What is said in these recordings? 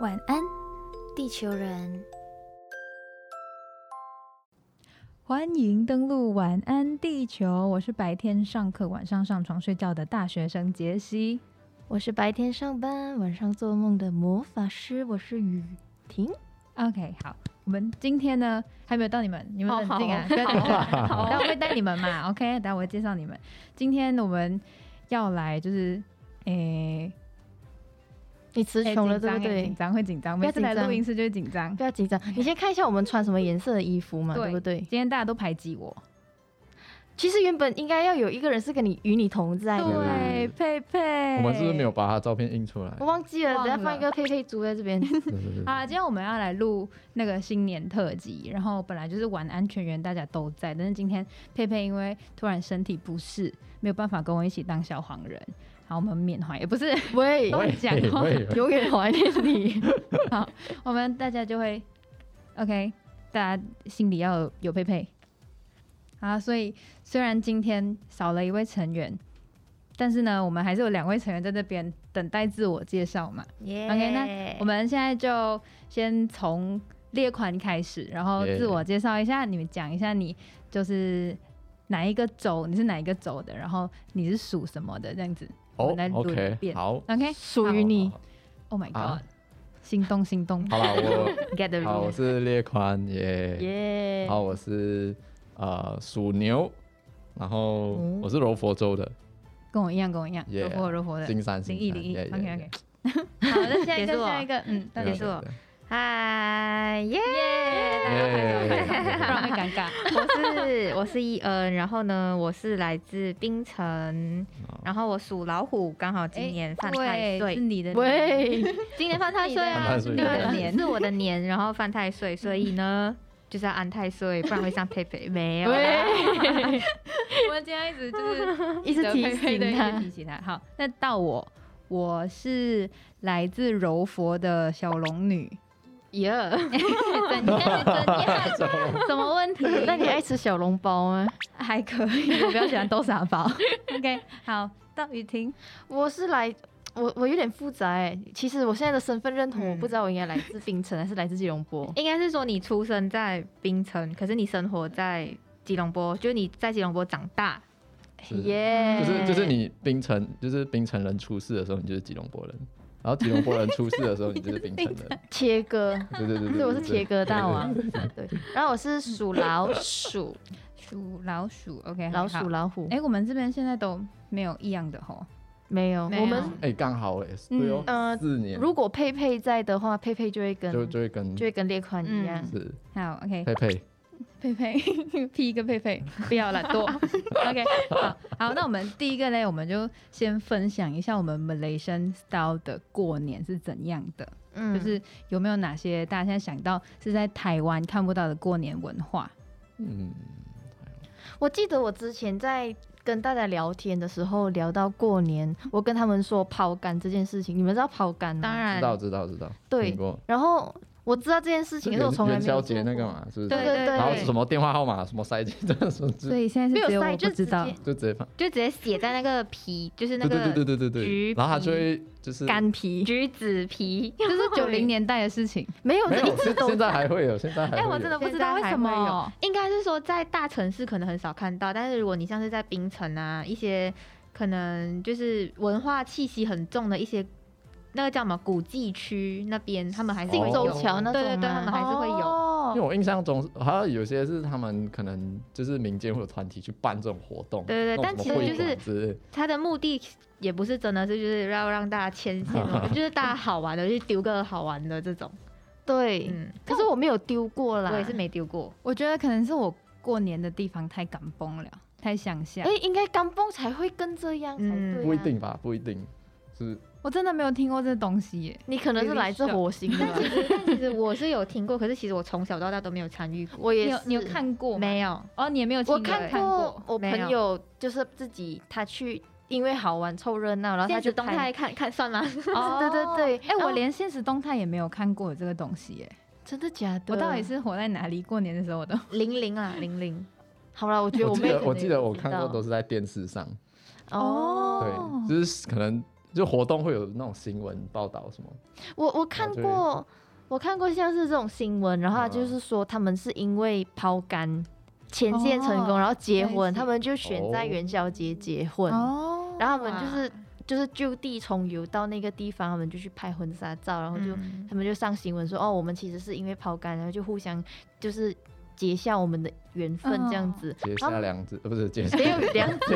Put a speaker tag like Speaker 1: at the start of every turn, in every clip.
Speaker 1: 晚安，地球人。
Speaker 2: 欢迎登录晚安地球，我是白天上课、晚上上床睡觉的大学生杰西。
Speaker 1: 我是白天上班、晚上做梦的魔法师，我是雨婷。
Speaker 2: OK，好，我们今天呢还没有到你们，你们冷静啊，不要紧
Speaker 1: 哦好
Speaker 2: 好，待会会带你们嘛，OK，待会我会介绍你们。今天我们要来就是，诶、
Speaker 1: 你词
Speaker 2: 诶
Speaker 1: 穷了，
Speaker 2: 哎紧张
Speaker 1: 对不
Speaker 2: 诶紧
Speaker 1: 对？
Speaker 2: 张会紧张，
Speaker 1: 不
Speaker 2: 每
Speaker 1: 要
Speaker 2: 次来
Speaker 1: 紧张
Speaker 2: 录音室就会紧张
Speaker 1: 不。要紧张， 你先看一下我们穿什么颜色的衣服嘛，
Speaker 2: 对
Speaker 1: 对不对？
Speaker 2: 今天大家都排挤我，
Speaker 1: 其实原本应该要有一个人是跟你与你同在的啦，
Speaker 2: 对，佩佩，
Speaker 3: 我们是不是没有把他照片印出来
Speaker 1: 我？忘记了，
Speaker 2: 忘
Speaker 1: 等
Speaker 2: 了
Speaker 1: 下放一个佩佩猪在 这边。
Speaker 3: 是是是
Speaker 2: 好啊啦，今天我们要来录那个新年特辑，然后本来就是玩安全员，大家都在，但是今天佩佩因为突然身体不适，没有办法跟我一起当小黄人，好，我们缅怀，也不是，
Speaker 1: 喂，
Speaker 2: 我
Speaker 3: 喂
Speaker 2: 讲话
Speaker 3: 喂
Speaker 1: 永远怀念你。
Speaker 2: 我们大家就会，OK，大家心里要有有佩佩，啊，所以虽然今天少了一位成员，但是呢，我们还是有两位成员在这边等待自我介绍嘛，OK，那我
Speaker 1: 们
Speaker 2: 们现在就先从列款开始，然后
Speaker 3: Yeah
Speaker 2: 自我介绍一下你们讲一下你就是哪一个州，你是哪一个州的，然后你是属什么的这样子。我
Speaker 3: 哦
Speaker 2: 们来轮
Speaker 3: ，OK，
Speaker 2: 变。
Speaker 3: 好，
Speaker 2: OK，Oh
Speaker 1: 属于你，
Speaker 2: Oh my God，、
Speaker 3: 啊
Speaker 2: 心动心 动
Speaker 3: 好啦，我
Speaker 2: ，get the
Speaker 3: 好，我
Speaker 2: real。
Speaker 3: 是列宽耶，
Speaker 1: 耶。
Speaker 3: 好，我是呃属牛，然后
Speaker 1: 嗯
Speaker 3: 我是柔佛州的，
Speaker 2: 跟我一样，跟我一样，柔
Speaker 3: Yeah
Speaker 2: 佛柔佛的，
Speaker 3: 金山
Speaker 2: 零
Speaker 3: 金
Speaker 2: 一
Speaker 3: 山
Speaker 2: 零一
Speaker 3: 耶耶
Speaker 2: ，OK
Speaker 3: 耶
Speaker 2: OK。好，那下一
Speaker 1: 也是
Speaker 2: 个
Speaker 1: 我
Speaker 2: 下一个，嗯，到底
Speaker 3: 对
Speaker 2: 是我，
Speaker 3: 对
Speaker 4: 嗨耶！
Speaker 3: 对耶
Speaker 2: 不然会尴尬。
Speaker 4: 我是我是伊恩，然后呢，我是来自槟城，
Speaker 3: 哦
Speaker 4: 然后我属老虎，刚好今年犯太
Speaker 2: 哎对，是
Speaker 4: 岁，
Speaker 2: 你的，
Speaker 1: 喂，
Speaker 4: 今年犯太
Speaker 2: 是
Speaker 4: 岁
Speaker 2: 你的
Speaker 4: 啊，
Speaker 3: 犯太岁对
Speaker 2: 年
Speaker 4: 年是我的年，然后犯太岁，所以呢。就是要安太岁，不然会像佩佩没有啦。
Speaker 2: 我们今天一直就是
Speaker 1: 一直提
Speaker 2: 对对
Speaker 1: 醒啊
Speaker 2: 对一直
Speaker 1: 他。
Speaker 2: 提醒他。好，那到我，我是来自柔佛的小龙 女，
Speaker 1: 耶，
Speaker 2: 怎样？ 怎样？什么问题？
Speaker 1: 那你爱吃小笼包吗？
Speaker 2: 还可以，我比较喜欢豆沙包。OK，好，到雨婷，
Speaker 1: 我是来，我我有点复杂哎、其实我现在的身份认同，
Speaker 4: 嗯
Speaker 1: 我不知道我应该来自槟城还是来自吉 隆坡。
Speaker 4: 应该是说你出生在槟城，可是你生活在吉隆坡，就是你在吉隆坡长大。
Speaker 3: 是
Speaker 1: 耶、
Speaker 3: 就是就是你槟城，就是槟城人出事的时候，你就是吉隆坡人。然后吉隆坡人出事的时候，你就是槟 城人。
Speaker 1: 切割，
Speaker 3: 对对对对，
Speaker 1: 对，我是切割大
Speaker 3: 啊。
Speaker 1: 王。 对，然后我 是属老鼠，
Speaker 2: 属老鼠。OK，
Speaker 1: 老鼠
Speaker 2: 了。
Speaker 1: 老虎。
Speaker 2: 哎、我们这边现在都没有异样的吼。
Speaker 1: 没有，
Speaker 2: 没有
Speaker 1: 我们
Speaker 3: 哎，刚好哎，
Speaker 2: 嗯
Speaker 3: 对哦，
Speaker 1: 呃，
Speaker 3: 四年
Speaker 1: 如果佩佩在的话，佩佩就会跟就
Speaker 3: 就就会跟
Speaker 1: 会跟列宽一
Speaker 2: 嗯
Speaker 1: 样。
Speaker 3: 是
Speaker 2: 好，OK，
Speaker 3: 佩佩，
Speaker 2: 佩佩 P 一个佩佩，不要懒惰。OK，好，好，那我们第一个呢，我们就先分享一下我们 Malaysian style 的过年是怎样的。
Speaker 4: 嗯
Speaker 2: 就是有没有哪些大家现在想到是在台湾看不到的过年文化？
Speaker 3: 嗯，
Speaker 1: 我记得我之前在跟大家聊天的时候，聊到过年，我跟他们说抛竿这件事情，你们知道抛竿吗？
Speaker 4: 当
Speaker 3: 知
Speaker 4: 然
Speaker 3: 道知道知道，
Speaker 1: 对
Speaker 3: 听过。
Speaker 1: 然后我知道这件事情，
Speaker 3: 是
Speaker 1: 可是我
Speaker 3: 元
Speaker 1: 从来
Speaker 3: 元
Speaker 1: 没有
Speaker 3: 宵
Speaker 1: 做
Speaker 3: 节那个
Speaker 1: 过，
Speaker 3: 嘛，是不是？
Speaker 4: 对
Speaker 1: 对对
Speaker 3: 然后
Speaker 4: 对
Speaker 3: 什么电话号码，什么塞进， 这个什么
Speaker 2: 所
Speaker 3: 就
Speaker 2: 以现在
Speaker 1: 没
Speaker 2: 是
Speaker 1: 有
Speaker 2: 只有
Speaker 1: 塞
Speaker 2: 我
Speaker 1: 就
Speaker 2: 不知
Speaker 1: 直
Speaker 2: 道
Speaker 1: 接。
Speaker 3: 就直接放。
Speaker 4: 就直接写在那个皮，就是那
Speaker 3: 对
Speaker 4: 个
Speaker 3: 对对对对对对。
Speaker 4: 橘
Speaker 3: 然后他
Speaker 4: 皮
Speaker 3: 就会就是
Speaker 1: 干皮
Speaker 4: 橘子 皮，
Speaker 2: 这 是九零年代的事情，
Speaker 1: 没有，
Speaker 3: 没
Speaker 1: 一
Speaker 3: 有，哦
Speaker 1: 直
Speaker 3: 现
Speaker 1: 都
Speaker 3: 现在还会有，现在还会
Speaker 1: 哎，
Speaker 3: 有。
Speaker 1: 我真的不知道为
Speaker 4: 现在
Speaker 1: 什
Speaker 4: 还会有
Speaker 1: 么。
Speaker 4: 应该是说在大城市可能很少看到，但是如果你像是在槟城啊，一些可能就是文化气息很重的一些，那个叫什么古迹区那边，他们还是会
Speaker 1: 信
Speaker 3: 信
Speaker 4: 有
Speaker 1: 州
Speaker 3: 州
Speaker 1: 桥
Speaker 3: 桥
Speaker 1: 那
Speaker 4: 那
Speaker 1: 种啊哦
Speaker 4: 种吗哦
Speaker 3: 因为
Speaker 1: 有。
Speaker 3: 我印象中好像有些是他们可能就是民间会有团体去办这种活动，
Speaker 4: 对对对
Speaker 3: 那
Speaker 4: 但
Speaker 3: 种
Speaker 4: 其
Speaker 3: 什么
Speaker 4: 实
Speaker 3: 会
Speaker 4: 就是
Speaker 3: 馆之
Speaker 1: 啊
Speaker 3: 类
Speaker 4: 它的目的也不是真的是就是要让大家牵线哦，就是大家好玩的，就丢个好玩的这种。
Speaker 1: 对，
Speaker 4: 嗯，
Speaker 1: 可是我没有丢过啦。
Speaker 4: 我也是。没丢过。
Speaker 2: 我觉得可能是我过年的地方太赶崩了，太乡下
Speaker 1: 哎。，应该干蹦才会跟这样才
Speaker 4: 嗯
Speaker 1: 对。啊
Speaker 3: 不一。定吧，不一定是
Speaker 2: 我真的没有听过这东西耶。
Speaker 1: 你可能是来自火星的吧。
Speaker 4: 其实但 其实我是有听过，可是其实我从小到大都没有参与过。
Speaker 1: 我
Speaker 2: 你
Speaker 1: 也
Speaker 2: 有
Speaker 1: 是
Speaker 2: 你有？看过吗？
Speaker 4: 没有，
Speaker 2: 哦，你也没有
Speaker 1: 我
Speaker 2: 听
Speaker 1: 看
Speaker 2: 过
Speaker 1: 过，我
Speaker 4: 没有
Speaker 1: 朋友就是自己他去，因为好玩凑热闹，然后他
Speaker 4: 现
Speaker 1: 就
Speaker 4: 实动
Speaker 1: 拍。
Speaker 4: 态看看算吗？
Speaker 2: 哦
Speaker 1: 对对对
Speaker 2: 哎，
Speaker 1: 然
Speaker 2: 我
Speaker 1: 后
Speaker 2: 连现实动态也没有看过有这个东西耶。
Speaker 1: 真的假的？
Speaker 2: 我到底是活在哪里？过年的时候我都
Speaker 4: 零零啊，零零。
Speaker 1: 好了，我觉得
Speaker 3: 我
Speaker 1: 我
Speaker 3: 记
Speaker 1: 妹可
Speaker 3: 得
Speaker 1: 能
Speaker 3: 我记得
Speaker 1: 也
Speaker 3: 我
Speaker 1: 知道
Speaker 3: 看过都是在电视上，
Speaker 1: 哦。
Speaker 3: 对，就是可能就活动会有那种新闻报道什么，
Speaker 1: 我我看
Speaker 3: 对
Speaker 1: 过，我看过像是这种新闻，然后他就是说他们是因为抛竿前线成功，
Speaker 2: 哦
Speaker 1: 然后结
Speaker 2: 在一
Speaker 1: 婚，
Speaker 2: 起
Speaker 1: 他们就选在
Speaker 3: 哦
Speaker 1: 元宵节结 婚，
Speaker 2: 哦
Speaker 1: 然后他们就是
Speaker 4: 哇
Speaker 1: 就是就地重游到那个地方，他们就去拍婚纱照，然后就、
Speaker 2: 嗯
Speaker 1: 他们就上新闻说哦，我们其实是因为抛竿，然后就互相就是结下我们的缘分这样
Speaker 2: 哦
Speaker 1: 子，
Speaker 3: 结
Speaker 1: 他
Speaker 3: 下
Speaker 1: 们
Speaker 3: 梁子，呃，不是结下
Speaker 1: 没有两他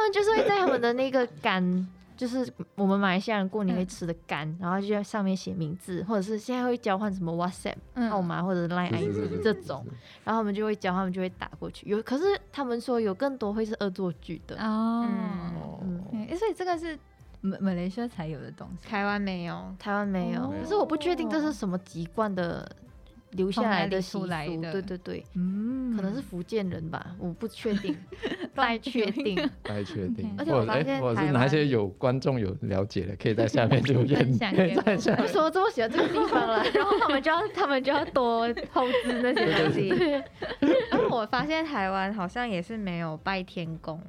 Speaker 1: 们就是会在他们的那个杆，就是我们马来西亚人过年会吃的杆，然后就在上面写名字，或者是现在会交换什么 WhatsApp
Speaker 2: 嗯
Speaker 1: 号码或者 Line
Speaker 3: 是是是是
Speaker 1: ID
Speaker 3: 是
Speaker 1: 这种，然后他们就会交换，他们就会打过去。有，可是他们说有更多会是恶作剧的，
Speaker 2: 哦，哎
Speaker 4: 嗯
Speaker 3: 哦，
Speaker 1: 嗯
Speaker 2: 诶所以这个是马马来西亚才有的东西，
Speaker 4: 台湾没有，
Speaker 1: 台湾没有，
Speaker 2: 哦
Speaker 1: 可是我不确定这是什么籍贯的留下来的习
Speaker 2: 从
Speaker 1: 俗，
Speaker 2: 哪里出来的
Speaker 1: 对对对，
Speaker 2: 嗯，
Speaker 1: 可能是福建人吧， 我不确定，不太确定。
Speaker 3: 不太确定
Speaker 2: OK。
Speaker 1: 嗯而且我
Speaker 3: 或者
Speaker 1: 发
Speaker 3: 哎，
Speaker 1: 现
Speaker 3: 或者
Speaker 1: 台
Speaker 3: 是哪
Speaker 1: 湾
Speaker 3: 些有观众有了解的，可以在下面留 言
Speaker 2: 分，享
Speaker 3: 可以
Speaker 2: 给我
Speaker 3: 在下
Speaker 1: 为什么这么喜欢这个地方了？
Speaker 4: 然后他们就要他们就要多投资那些东西。然后我发现台湾好像也是没有拜天公，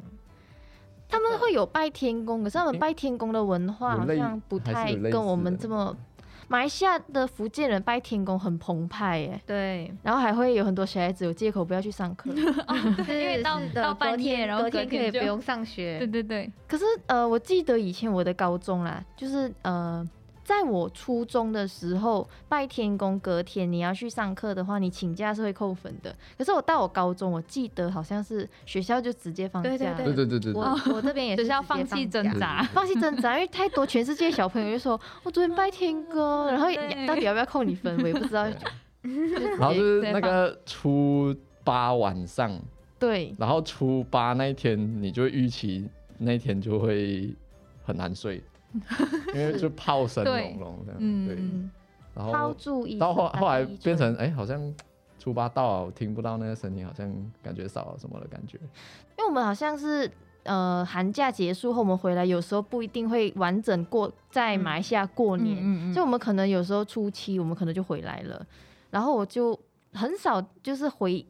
Speaker 1: 他们会有拜天公，可是他们拜天公的文化
Speaker 3: 有
Speaker 1: 好
Speaker 3: 类
Speaker 1: 像不
Speaker 3: 还
Speaker 1: 太
Speaker 3: 是有类
Speaker 1: 跟我
Speaker 3: 似
Speaker 1: 们
Speaker 3: 的
Speaker 1: 这么。马来西亚的福建人拜天公很澎湃耶，
Speaker 4: 对，
Speaker 1: 然后还会有很多小孩子有借口不要去上课。
Speaker 4: 是
Speaker 2: 因为到
Speaker 4: 是的
Speaker 2: 到半
Speaker 4: 隔天
Speaker 2: 夜然后
Speaker 4: 隔
Speaker 2: 隔
Speaker 4: 天可
Speaker 2: 天
Speaker 4: 以
Speaker 2: 就
Speaker 4: 不用上学，
Speaker 2: 对 对对，
Speaker 1: 可是呃，我记得以前我的高中啦，就是呃，在我初中的时候拜天公，隔天你要去上课的话，你请假是会扣分的。可是我到我高中，我记得好像是学校就直接放假
Speaker 4: 对
Speaker 1: 了，
Speaker 4: 对
Speaker 3: 对对对对对
Speaker 4: 我我这边也
Speaker 2: 就是是要
Speaker 4: 直接
Speaker 2: 放弃
Speaker 4: 假
Speaker 2: 挣扎，
Speaker 1: 放弃挣扎，因为太多全世界小朋友就说，我昨天拜天公，然后
Speaker 2: 对
Speaker 1: 到底要不要扣你分，我也不知道。
Speaker 3: 然后就是
Speaker 2: 对
Speaker 3: 那个初八晚上，
Speaker 1: 对，
Speaker 3: 然后初八那一天，你就会预期那一天就会很难睡，因为就炮 声隆隆这样。
Speaker 2: 嗯
Speaker 3: 对，
Speaker 1: 嗯，
Speaker 3: 然
Speaker 1: 抛
Speaker 3: 后
Speaker 1: 注意，
Speaker 3: 到后
Speaker 1: 大家
Speaker 3: 后来
Speaker 1: 注意
Speaker 3: 变成哎、好像初八到了，听不到那个声音，好像感觉少了什么的感觉。
Speaker 1: 因为我们好像是呃寒假结束后我们回来，有时候不一定会完整过在马来西亚过年，
Speaker 2: 嗯嗯嗯
Speaker 1: 所以我们可能有时候初期我们可能就回来了，然后我就很少就是回。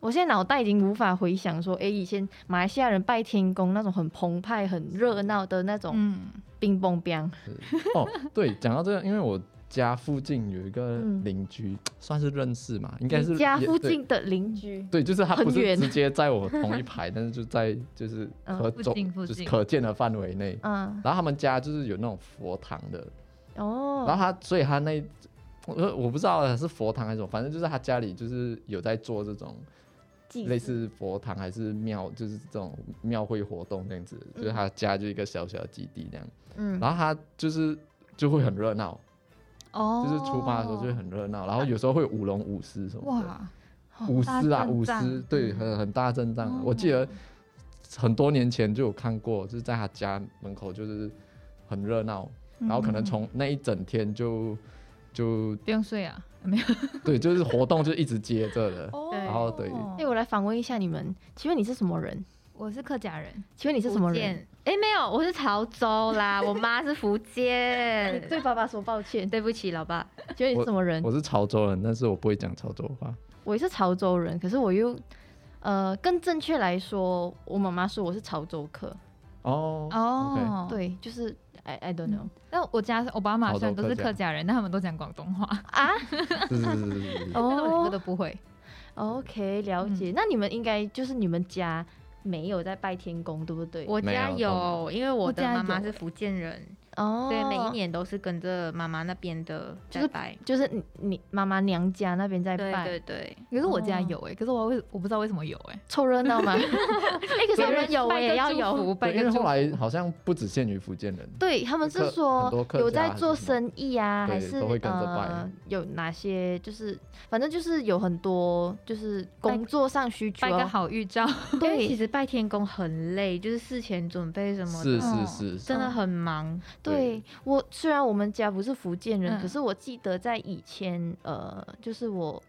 Speaker 1: 我现在脑袋已经无法回想说，哎，以前马来西亚人拜天公那种很澎湃、很热闹的那种
Speaker 2: 嗯，
Speaker 1: 冰崩冰，
Speaker 3: 哦，对，讲到这个，因为我家附近有一个
Speaker 1: 嗯
Speaker 3: 邻居，算是认识嘛，应该是
Speaker 1: 你家
Speaker 3: 也
Speaker 1: 附
Speaker 3: 对
Speaker 1: 近的邻居，
Speaker 3: 对，就是他
Speaker 1: 很
Speaker 3: 不是
Speaker 1: 远
Speaker 3: 直接 在我同一排，但是就在就是
Speaker 1: 嗯
Speaker 3: 可
Speaker 2: 附
Speaker 3: 走、
Speaker 2: 近附
Speaker 3: 就是
Speaker 2: 近
Speaker 3: 可见的范围内。
Speaker 1: 嗯，
Speaker 3: 然后他们家就是有那种佛堂的，然后
Speaker 1: 哦，
Speaker 3: 他所以他那我我不知道是佛堂还是什么，反正就是他家里就是有在做这种
Speaker 1: 祭
Speaker 3: 类
Speaker 1: 祀
Speaker 3: 似佛堂还是庙，就是这种庙会活动这样子，
Speaker 1: 嗯
Speaker 3: 就是他家就一个小小的基地这样。
Speaker 1: 嗯，
Speaker 3: 然后他就是就会很热闹，
Speaker 2: 哦，
Speaker 3: 就是出发的时候就会很热闹，然后有时候会有舞龙舞狮什么的。
Speaker 2: 哇，
Speaker 3: 舞
Speaker 2: 大
Speaker 3: 狮啊，
Speaker 2: 阵
Speaker 3: 舞
Speaker 2: 仗
Speaker 3: 狮，对，很很大阵仗啊。我记得很多年前就有看过，就是在他家门口就是很热闹，然后可能从那一整天就就
Speaker 2: 不用睡啊，没有，
Speaker 3: 对，就是活动就一直接着的。
Speaker 4: 然
Speaker 3: 后对
Speaker 2: 哦
Speaker 1: 哎，我来访问一下你们，请问你是什么人？
Speaker 2: 我是客家人，
Speaker 1: 请问你是什么人？？
Speaker 4: 哎，没有，我是潮州啦，我妈是福
Speaker 1: 你
Speaker 4: 建。
Speaker 1: 对爸爸说抱 歉，
Speaker 4: 对不起，老爸。
Speaker 1: 请问你是什么人？
Speaker 3: 我是潮州人，但是我不会讲潮州话。
Speaker 1: 我也是潮州人，可是我又，呃，更正确来说，我妈妈说我是潮州客，
Speaker 3: 哦
Speaker 2: 哦，。
Speaker 1: 对，就是 I I don't know
Speaker 2: 那我家是我爸妈
Speaker 3: 潮州
Speaker 2: 虽然都是
Speaker 3: 客家
Speaker 2: 客家人，但他们都讲广东话，
Speaker 1: 啊，
Speaker 3: 是是是是是是。
Speaker 2: 但他们两个
Speaker 1: 哦
Speaker 2: 都不会。
Speaker 1: ，OK，了解。那你们应该就是你们家没有在拜天公，对不对？
Speaker 4: 我家
Speaker 3: 没有
Speaker 4: 有，因为我的
Speaker 2: 我家
Speaker 4: 妈妈
Speaker 2: 有
Speaker 4: 是福建人，
Speaker 1: 哦，
Speaker 4: 对，每一年都是跟着妈妈那边的
Speaker 1: 就
Speaker 4: 在
Speaker 1: 是
Speaker 4: 拜。
Speaker 1: 就是你你妈妈娘家那边在
Speaker 4: 对
Speaker 1: 拜，
Speaker 4: 对 对，
Speaker 2: 可是我家
Speaker 1: 哦
Speaker 2: 有哎，可是我为我不知道为什么有哎，
Speaker 1: 凑热闹嘛。哎、可是
Speaker 2: 对
Speaker 1: 我们有，我
Speaker 2: 拜个
Speaker 1: 也要
Speaker 2: 祝
Speaker 1: 有。
Speaker 2: 福拜
Speaker 3: 对，
Speaker 2: 个
Speaker 3: 因为
Speaker 2: 祝
Speaker 3: 后
Speaker 2: 福
Speaker 3: 来好像不只限于福建人，
Speaker 1: 对他们是
Speaker 3: 客很多
Speaker 1: 说
Speaker 3: 客
Speaker 1: 有
Speaker 3: 家
Speaker 1: 在
Speaker 3: 还是
Speaker 1: 做
Speaker 3: 什么
Speaker 1: 生意啊，还
Speaker 3: 对
Speaker 1: 是
Speaker 3: 都会跟着拜啊
Speaker 1: 呃有哪些就是反正就是有很多就是工作上需求
Speaker 2: 拜个
Speaker 1: 啊，
Speaker 2: 好预 兆，
Speaker 4: 因为其
Speaker 1: 对
Speaker 4: 实拜天公很累，就是事前准备什么
Speaker 3: 是
Speaker 4: 的，
Speaker 3: 是
Speaker 2: 哦
Speaker 3: 是是，
Speaker 4: 真的很忙。
Speaker 1: 对我虽然我们家不是福建人，
Speaker 2: 嗯
Speaker 1: 可是我记得在以前呃，就是我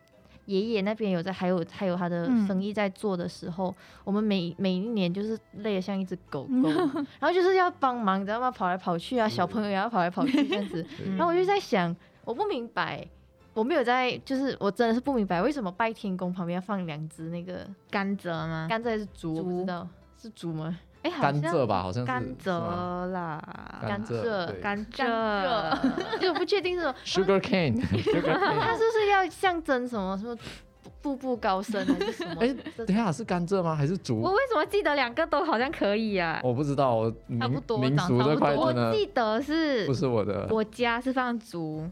Speaker 1: 爷爷那边有在，还有还有他的
Speaker 2: 嗯
Speaker 1: 生意在做的时候，我们每每一年就是累得像一只狗狗，然后就是要帮忙，你知道吗？跑来跑去啊，
Speaker 3: 是
Speaker 1: 小朋友也要跑来跑去这样子，
Speaker 3: 嗯
Speaker 1: 然后我就在想，我不明白，我没有在，就是我真的是不明白，为什么拜天公旁边要放两只那个
Speaker 4: 甘蔗吗？
Speaker 1: 甘蔗还是猪？我不
Speaker 4: 猪
Speaker 1: 知道是猪吗？哎，好
Speaker 3: 甘
Speaker 1: 像
Speaker 3: 蔗吧，好像是
Speaker 4: 甘
Speaker 3: 是吗
Speaker 4: 蔗啦，
Speaker 1: 甘
Speaker 3: 蔗
Speaker 1: 蔗
Speaker 3: 对
Speaker 4: 甘
Speaker 1: 甘
Speaker 4: 蔗，
Speaker 1: 蔗，就 我不确定是什么，
Speaker 3: ，sugar cane，sugar
Speaker 1: 他
Speaker 3: cane。
Speaker 1: 是不是要象征什么什么步步高升还是什么？
Speaker 3: 哎，等一下是甘蔗吗？还是竹
Speaker 4: 我？为什么记得两个都好像可以啊？
Speaker 3: 我不知道，我民
Speaker 1: 差不多
Speaker 3: 民
Speaker 1: 长
Speaker 3: 俗
Speaker 1: 差
Speaker 3: 这
Speaker 1: 不
Speaker 3: 块
Speaker 1: 多
Speaker 3: 真
Speaker 4: 我
Speaker 3: 的
Speaker 4: 记得是
Speaker 3: 不是我的。
Speaker 4: 我家是放竹，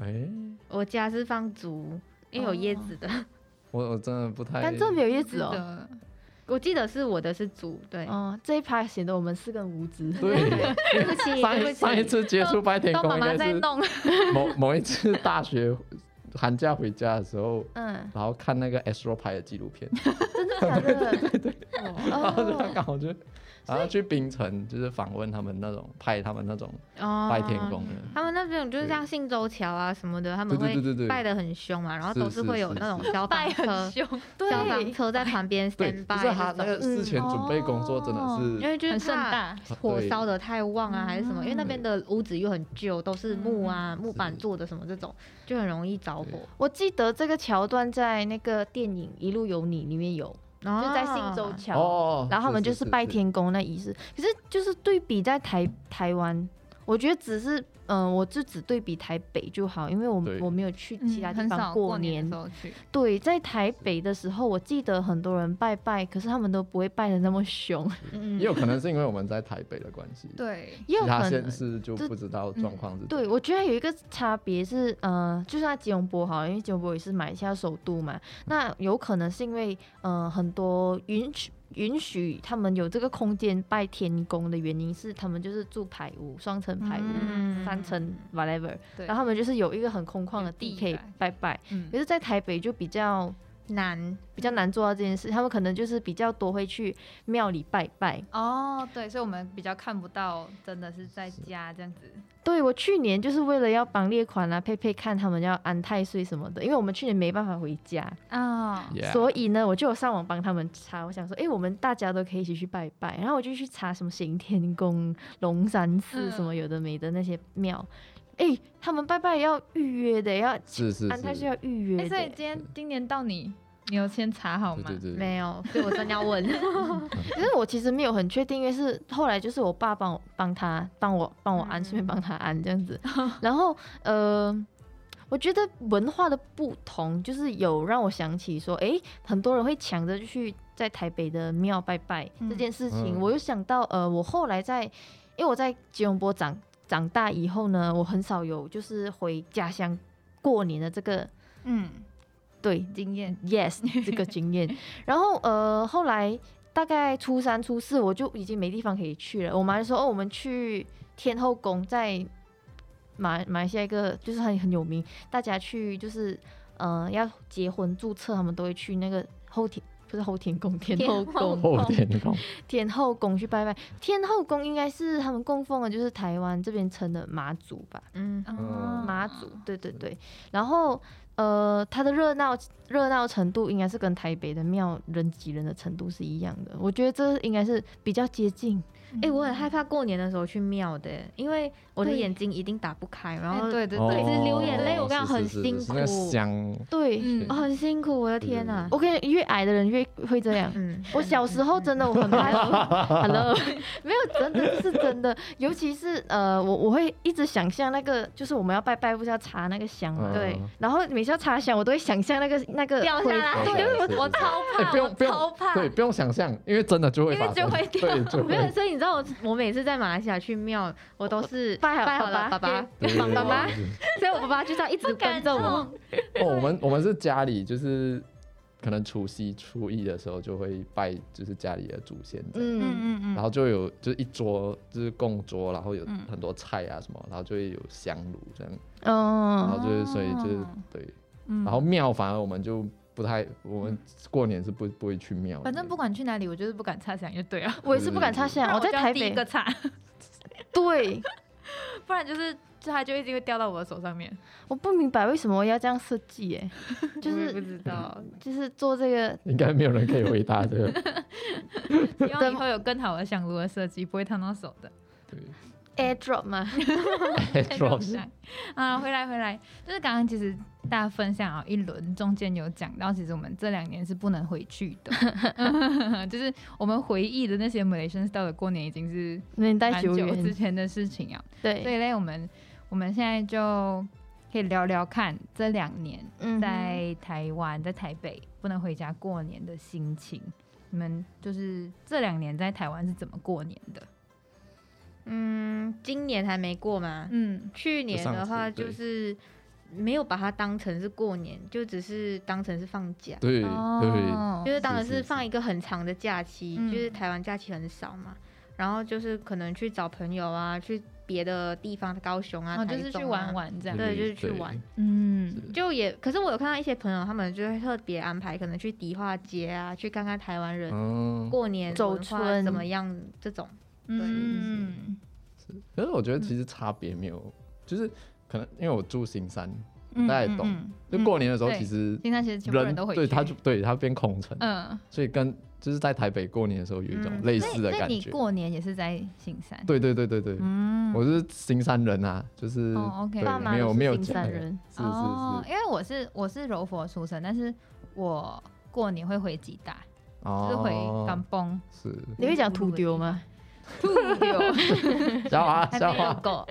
Speaker 3: 哎，
Speaker 4: 我家是放竹，因为有叶子
Speaker 3: 哦
Speaker 4: 的。
Speaker 3: 我我真的不太。
Speaker 1: 甘蔗没有叶子哦。
Speaker 2: 的，
Speaker 4: 我记得是我的是竹，对，
Speaker 1: 哦，这一趴显得我们是根无知。
Speaker 3: 对，
Speaker 4: 对不 起，
Speaker 3: 上
Speaker 4: 对不
Speaker 3: 一
Speaker 4: 起
Speaker 3: 上一次接触白田
Speaker 2: 都
Speaker 3: 宫
Speaker 2: 妈
Speaker 3: 应
Speaker 2: 妈
Speaker 3: 该
Speaker 2: 在
Speaker 3: 是
Speaker 2: 弄，
Speaker 3: 某某一次大学寒假回家的时候，
Speaker 1: 嗯，
Speaker 3: 然后看那个 Astro 拍的纪录片，
Speaker 1: 真的假的？
Speaker 3: 然后就
Speaker 1: 哦，
Speaker 3: 刚好就，然后去冰城就是访问他们那种拍他们那种
Speaker 4: 哦
Speaker 3: 拜天公的，
Speaker 4: 他们那边就是像信州桥啊什么的，他们
Speaker 3: 对对对对
Speaker 4: 会
Speaker 3: 对
Speaker 4: 拜的很凶嘛，然后都
Speaker 3: 是是
Speaker 4: 会有
Speaker 3: 是
Speaker 4: 那种
Speaker 3: 是
Speaker 4: 消
Speaker 2: 拜
Speaker 4: 防
Speaker 2: 很
Speaker 4: 车、
Speaker 2: 凶，
Speaker 1: 对，
Speaker 4: 消防车在旁边
Speaker 3: 对，
Speaker 4: stand
Speaker 3: 就
Speaker 4: by
Speaker 3: 是他那
Speaker 4: 这
Speaker 3: 个
Speaker 4: 种，
Speaker 3: 事前准备工作真
Speaker 4: 因
Speaker 3: 的
Speaker 4: 为就是
Speaker 2: 很盛
Speaker 4: 怕
Speaker 2: 大，
Speaker 3: 是
Speaker 4: 火
Speaker 3: 对
Speaker 4: 烧的太旺啊，
Speaker 2: 嗯
Speaker 4: 还是什么，因为那边的屋子又很旧，都是木啊、木
Speaker 3: 嗯
Speaker 4: 板
Speaker 3: 是
Speaker 4: 做的什么这种，就很容易着火。
Speaker 1: 我记得这个桥段在那个电影《一路有你》里面有，
Speaker 4: 然
Speaker 1: 就在信州桥。
Speaker 3: 哦，
Speaker 1: 然后他们就是拜
Speaker 3: 天，
Speaker 1: 天公那仪式。可是就是对比在台台湾，我觉得只是嗯、呃我就只对比台北就好，因为我
Speaker 3: 对
Speaker 1: 我没有去其他
Speaker 2: 嗯
Speaker 1: 地
Speaker 2: 很
Speaker 1: 方
Speaker 2: 少
Speaker 1: 过
Speaker 2: 过
Speaker 1: 年。
Speaker 2: 的时候去，
Speaker 1: 对，在台北的时候，我记得很多人拜拜，可是他们都不会拜的那么凶，
Speaker 4: 嗯
Speaker 3: 也有可能是因为我们在台北的关系，
Speaker 2: 对，
Speaker 1: 也有
Speaker 3: 其他
Speaker 1: 可能
Speaker 3: 县。市就不知道状况是怎
Speaker 1: 对，
Speaker 3: 样，
Speaker 1: 我觉得有一个差别是，呃，就算在吉隆坡好了，因为吉隆坡也是马来西亚首都嘛，那有可能是因为，呃，很多允许允许他们有这个空间拜天公的原因是，他们就是住排屋、双层排屋、
Speaker 2: 嗯
Speaker 1: 三层 whatever，
Speaker 2: 对
Speaker 1: 然后他们就是有一个很空旷的地
Speaker 2: 有地
Speaker 1: 可以
Speaker 2: 来
Speaker 1: 拜拜。
Speaker 2: 嗯
Speaker 1: 可是，在台北就比较
Speaker 4: 难，
Speaker 1: 比较难做到这件事，他们可能就是比较多会去庙里拜拜。
Speaker 2: 哦，对，所以我们比较看不到，真的是在家这样子，
Speaker 1: 对我去年就是为了要帮列款啊、佩佩看他们要安太岁什么的，因为我们去年没办法回家，
Speaker 2: 啊
Speaker 3: Yeah
Speaker 1: 所以呢，我就有上网帮他们查，我想说，哎、我们大家都可以一起去拜拜，然后我就去查什么行天宫、龙山寺
Speaker 2: 嗯
Speaker 1: 什么有的没的那些庙，哎、他们拜拜要预约的，要
Speaker 3: 是是
Speaker 1: 安太岁
Speaker 3: 是，
Speaker 1: 要预约
Speaker 2: 哎，
Speaker 1: 的
Speaker 2: 所以今天今年到你，你有先查好吗？
Speaker 3: 对对对，
Speaker 4: 没有，所以我真要 问，
Speaker 1: 可是我其实没有很确定，因为是后来就是我爸帮我帮他帮我帮我安，
Speaker 2: 嗯
Speaker 1: 顺便帮他安这样子。 然后呃，我觉得文化的不同，就是有让我想起说，诶，很多人会抢着去在台北的庙拜拜、
Speaker 2: 嗯
Speaker 1: 这件事情，
Speaker 3: 嗯
Speaker 1: 我又想到呃，我后来在因为我在吉隆坡长长大以后呢，我很少有就是回家乡过年的这个
Speaker 2: 嗯，
Speaker 1: 对
Speaker 2: 经验，
Speaker 1: yes 这个经验。然后呃，后来大概初三、初四我就已经没地方可以去了。我妈就说：“哦，我们去天后宫，在马马来西亚一个就是很很有名，大家去就是呃要结婚注册，他们都会去那个后天。”不是后天宫， 天后宫，
Speaker 3: 后天宫，
Speaker 1: 天后宫去拜拜。天后宫应该是他们供奉的，就是台湾这边称的妈祖吧。
Speaker 4: 嗯，
Speaker 2: 哦
Speaker 1: 妈祖，
Speaker 4: 啊
Speaker 1: 对对对。然后呃，它的热闹热闹程度应该是跟台北的庙人挤人的程度是一样的，我觉得这应该是比较接近。
Speaker 4: 哎、我很害怕过年的时候去庙的，因为我的
Speaker 1: 对
Speaker 4: 眼睛一定打不开，然
Speaker 2: 哎
Speaker 4: 后
Speaker 2: 对对
Speaker 3: 哦
Speaker 2: 对，
Speaker 4: 每次流眼泪我跟你讲很
Speaker 3: 是是是是
Speaker 4: 辛
Speaker 3: 那个
Speaker 4: 苦
Speaker 3: 香
Speaker 1: 对，
Speaker 2: 嗯
Speaker 4: 哦，很辛苦，我的天啊呐、
Speaker 1: 我跟你讲越矮的人越会这 样。
Speaker 4: 嗯，
Speaker 1: 我小时候真的我很怕 ，Hello，没有真的是真的，尤其是呃，我我会一直想象那个，就是我们要拜拜，不是要插那个香嘛，
Speaker 3: 嗯
Speaker 1: 对，然后每次要插香，我都会想象那个那个
Speaker 4: 掉下
Speaker 1: 灰
Speaker 4: 来，
Speaker 3: 对
Speaker 4: 对，
Speaker 3: 是
Speaker 4: 我
Speaker 3: 是
Speaker 4: 我超
Speaker 3: 哎，
Speaker 4: 怕，
Speaker 3: 不用
Speaker 4: 我
Speaker 3: 不
Speaker 4: 超
Speaker 3: 用
Speaker 4: 怕，，
Speaker 3: 对，不用想象，因为真的就会
Speaker 4: 因为
Speaker 3: 发
Speaker 4: 就
Speaker 3: 生，
Speaker 4: 会掉
Speaker 3: 对，就
Speaker 4: 没有，
Speaker 3: 会。
Speaker 4: 所以你知道我嗯我每次在马来西亚去庙，我都是
Speaker 1: 拜
Speaker 4: 哦拜
Speaker 1: 好
Speaker 4: 好了
Speaker 1: 爸
Speaker 4: 爸爸，
Speaker 3: 对对对
Speaker 4: 爸爸
Speaker 3: 对对
Speaker 4: 所以我爸爸就是要一直跟着我。
Speaker 3: 对哦，我们我们是家里就是可能除夕初一的时候就会拜，就是家里的祖先这样，
Speaker 2: 嗯
Speaker 1: 嗯，
Speaker 2: 嗯嗯，
Speaker 3: 然后就有就是一桌就是供桌，然后有
Speaker 2: 嗯
Speaker 3: 很多菜啊什么，然后就会有香炉这样，然
Speaker 1: 嗯，
Speaker 3: 后就是所以就是
Speaker 2: 哦
Speaker 3: 对，
Speaker 2: 嗯
Speaker 3: 然后庙反而我们就不太，我们过年是不不会去庙的，
Speaker 2: 反正不管去哪里，我就是不敢插香就对了。
Speaker 1: 我也是不敢插
Speaker 3: 对对
Speaker 1: 香，
Speaker 2: 不然
Speaker 1: 啊我
Speaker 2: 嗯我
Speaker 1: 在
Speaker 2: 就要
Speaker 1: 台
Speaker 2: 第一
Speaker 1: 北
Speaker 2: 个插，
Speaker 1: 对，
Speaker 2: 不然就是就它就一定会掉到我的手上面。
Speaker 1: 我不明白为什么要这样设计，哎，就
Speaker 4: 我也不
Speaker 1: 是
Speaker 4: 知道，
Speaker 1: 就是做这个，
Speaker 3: 应该没有人可以回答这个，
Speaker 2: 希望以后有更好的香炉的设计，不会烫到手的。
Speaker 3: 对，
Speaker 1: 哎、 AirDrop 嘛，
Speaker 3: AirDrops
Speaker 2: 啊，回来回来，就是刚刚其实大家分享啊一轮，中间有讲到，其实我们这两年是不能回去 的，就是我们回忆的那些 Malaysian style 的过年已经是
Speaker 1: 年代
Speaker 2: 蛮
Speaker 1: 久
Speaker 2: 久之
Speaker 1: 远，
Speaker 2: 前的事情啊，所
Speaker 1: 对，
Speaker 2: 以嘞，我们我们现在就可以聊聊看这两年
Speaker 1: 嗯哼，
Speaker 2: 在台湾在台北不能回家过年的心情。你们就是这两年在台湾是怎么过年的？
Speaker 4: 嗯，今年还没过吗？
Speaker 2: 嗯，
Speaker 4: 去年的话
Speaker 3: 上次对
Speaker 4: 就是没有把它当成是过年，就只是当成是放假，
Speaker 3: 对对，
Speaker 2: 哦
Speaker 4: 就是当然
Speaker 3: 是
Speaker 4: 是
Speaker 3: 是
Speaker 4: 放一个很长的假期，
Speaker 2: 嗯
Speaker 4: 就是台湾假期很少嘛，然后就是可能去找朋友啊，去别的地方，高雄啊，
Speaker 2: 哦，
Speaker 4: 台
Speaker 2: 就是去
Speaker 4: 中啊
Speaker 2: 玩。玩这样。
Speaker 4: 对就是去玩
Speaker 2: 嗯，
Speaker 4: 就也，可是我有看到一些朋友，他们就会特别安排，可能去迪化街啊，去看看台湾人
Speaker 3: 嗯，
Speaker 4: 过年
Speaker 1: 走
Speaker 4: 文化
Speaker 1: 村
Speaker 4: 怎么样这种。
Speaker 2: 嗯，
Speaker 3: 可是我觉得其实差别没有，就是可能因为我住新山，
Speaker 2: 嗯
Speaker 3: 大家也懂
Speaker 2: 嗯
Speaker 3: 就
Speaker 2: 嗯
Speaker 3: 过年的时候
Speaker 2: 对
Speaker 3: 其实
Speaker 2: 现在其实全部
Speaker 3: 人
Speaker 2: 人都会去，
Speaker 3: 对他就对他变空城，
Speaker 2: 嗯，
Speaker 3: 所以跟就是在台北过年的时候有一种
Speaker 4: 嗯
Speaker 3: 类
Speaker 2: 所以
Speaker 3: 似的
Speaker 2: 所以
Speaker 3: 感
Speaker 2: 你
Speaker 3: 觉。
Speaker 2: 过年也是在新山，
Speaker 3: 对对对对对，
Speaker 2: 嗯，
Speaker 3: 我是新山人啊，就是
Speaker 2: 哦，OK
Speaker 3: 对
Speaker 1: 爸妈
Speaker 3: 没
Speaker 1: 都
Speaker 3: 有
Speaker 1: 是
Speaker 3: 没有
Speaker 1: 新
Speaker 3: 家
Speaker 1: 山
Speaker 3: 人
Speaker 1: 人，
Speaker 3: 是
Speaker 2: 哦，
Speaker 3: 是
Speaker 2: 因为我是我是柔佛出生，但是我过年会回吉大，
Speaker 3: 是，
Speaker 2: 就是回港
Speaker 3: 哦，
Speaker 2: 崩，
Speaker 3: 是
Speaker 1: 你会讲土丢吗？
Speaker 2: 兔 丢，
Speaker 3: 小华
Speaker 2: 还
Speaker 3: 小
Speaker 2: 没有
Speaker 3: 华，
Speaker 2: 够，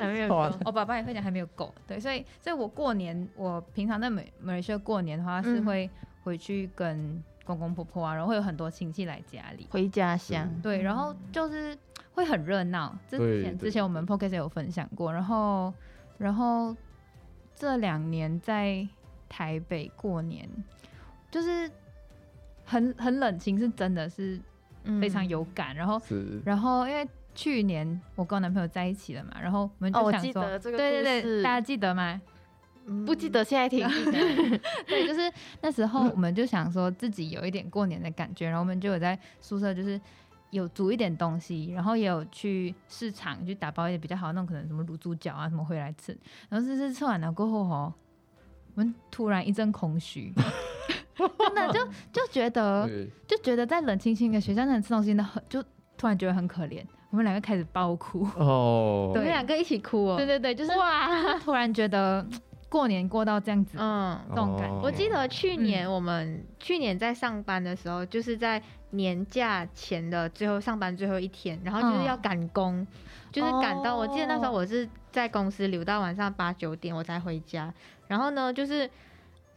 Speaker 1: 还没有
Speaker 3: 好啊
Speaker 1: 过
Speaker 2: 我爸爸也会讲还没有够，对，所以所以我过年，我平常在美美来西亚过年的话是
Speaker 4: 嗯
Speaker 2: 会回去跟公公婆婆啊，然后会有很多亲戚来家里，
Speaker 1: 回家乡，
Speaker 2: 对，然后就是会很热闹。这之
Speaker 3: 对
Speaker 2: 前
Speaker 3: 对
Speaker 2: 之前我们 p o c k e t 有分享过，然后然后这两年在台北过年，就是很很冷清，是真的是
Speaker 4: 嗯
Speaker 2: 非常有感。然后
Speaker 3: 是
Speaker 2: 然后因为去年我跟我男朋友在一起了嘛，然后我们
Speaker 1: 哦，
Speaker 2: 就
Speaker 1: 我
Speaker 2: 想
Speaker 1: 记
Speaker 2: 说，
Speaker 1: 得这个
Speaker 2: 对对
Speaker 1: 故
Speaker 2: 对，
Speaker 1: 事
Speaker 2: 大家记得吗？
Speaker 4: 嗯
Speaker 1: 不记得现在听，
Speaker 2: 对，就是那时
Speaker 4: 嗯
Speaker 2: 候我们就想说自己有一点过年的感觉，然后我们就有在宿舍就是有煮一点东西，然后也有去市场去打包一点比较好的那种可能什么卤猪脚啊什么回来吃，然后这次吃完了过后哦，我们突然一阵空虚， 真的 就就觉得
Speaker 3: 对
Speaker 2: 就觉得在冷清清的学校那里吃东西真的很就突然觉得很可怜，我们两个开始爆 哭，
Speaker 3: 哦，
Speaker 4: 你们
Speaker 2: 对
Speaker 4: 两个一起哭
Speaker 2: 对
Speaker 4: 哦。
Speaker 2: 对对，就是哇，突然觉得嗯过年过到这样子，
Speaker 4: 嗯，
Speaker 3: 哦
Speaker 2: 动感
Speaker 4: 我记得去
Speaker 2: 嗯
Speaker 4: 年我们、去年在上班的时候，就是在年假前的最后上班最后一天，然后就是
Speaker 2: 嗯
Speaker 4: 要赶工，就是赶到、我记得那时候我是在公司留到晚上八九点我才回家，然后呢就是。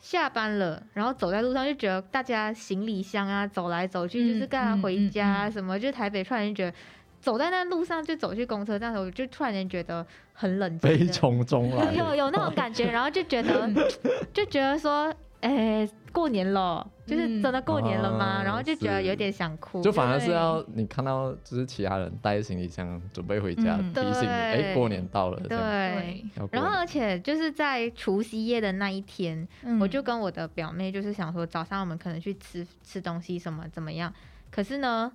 Speaker 4: 下班了，然后走在路上就觉得大家行李箱啊走来走去，
Speaker 2: 嗯
Speaker 4: 就是干嘛
Speaker 2: 嗯
Speaker 4: 回家、啊
Speaker 2: 嗯嗯
Speaker 4: 什么，就台北突然间觉得走在那路上就走去公车站的时候，我就突然间觉得很冷清的，
Speaker 3: 悲从中 来，
Speaker 4: 哦有有
Speaker 1: 哦
Speaker 4: 那种感觉，然后就 觉得就觉得说，哎、过年了，就是真的过年了吗？
Speaker 3: 嗯
Speaker 4: 然后就觉得
Speaker 3: 是
Speaker 4: 有点想哭，
Speaker 3: 就反而是
Speaker 2: 对
Speaker 3: 要你看到就是其他人带行李箱准备回家，
Speaker 2: 嗯
Speaker 3: 提醒你哎
Speaker 4: 对
Speaker 3: 过年到了，这样
Speaker 4: 对。，
Speaker 3: 要过
Speaker 4: 然后，
Speaker 3: 年
Speaker 4: 而且就是在除夕夜的那一天，
Speaker 2: 嗯
Speaker 4: 我就跟我的表妹就是想说，早上我们可能去吃吃东西什么怎么样？可是呢，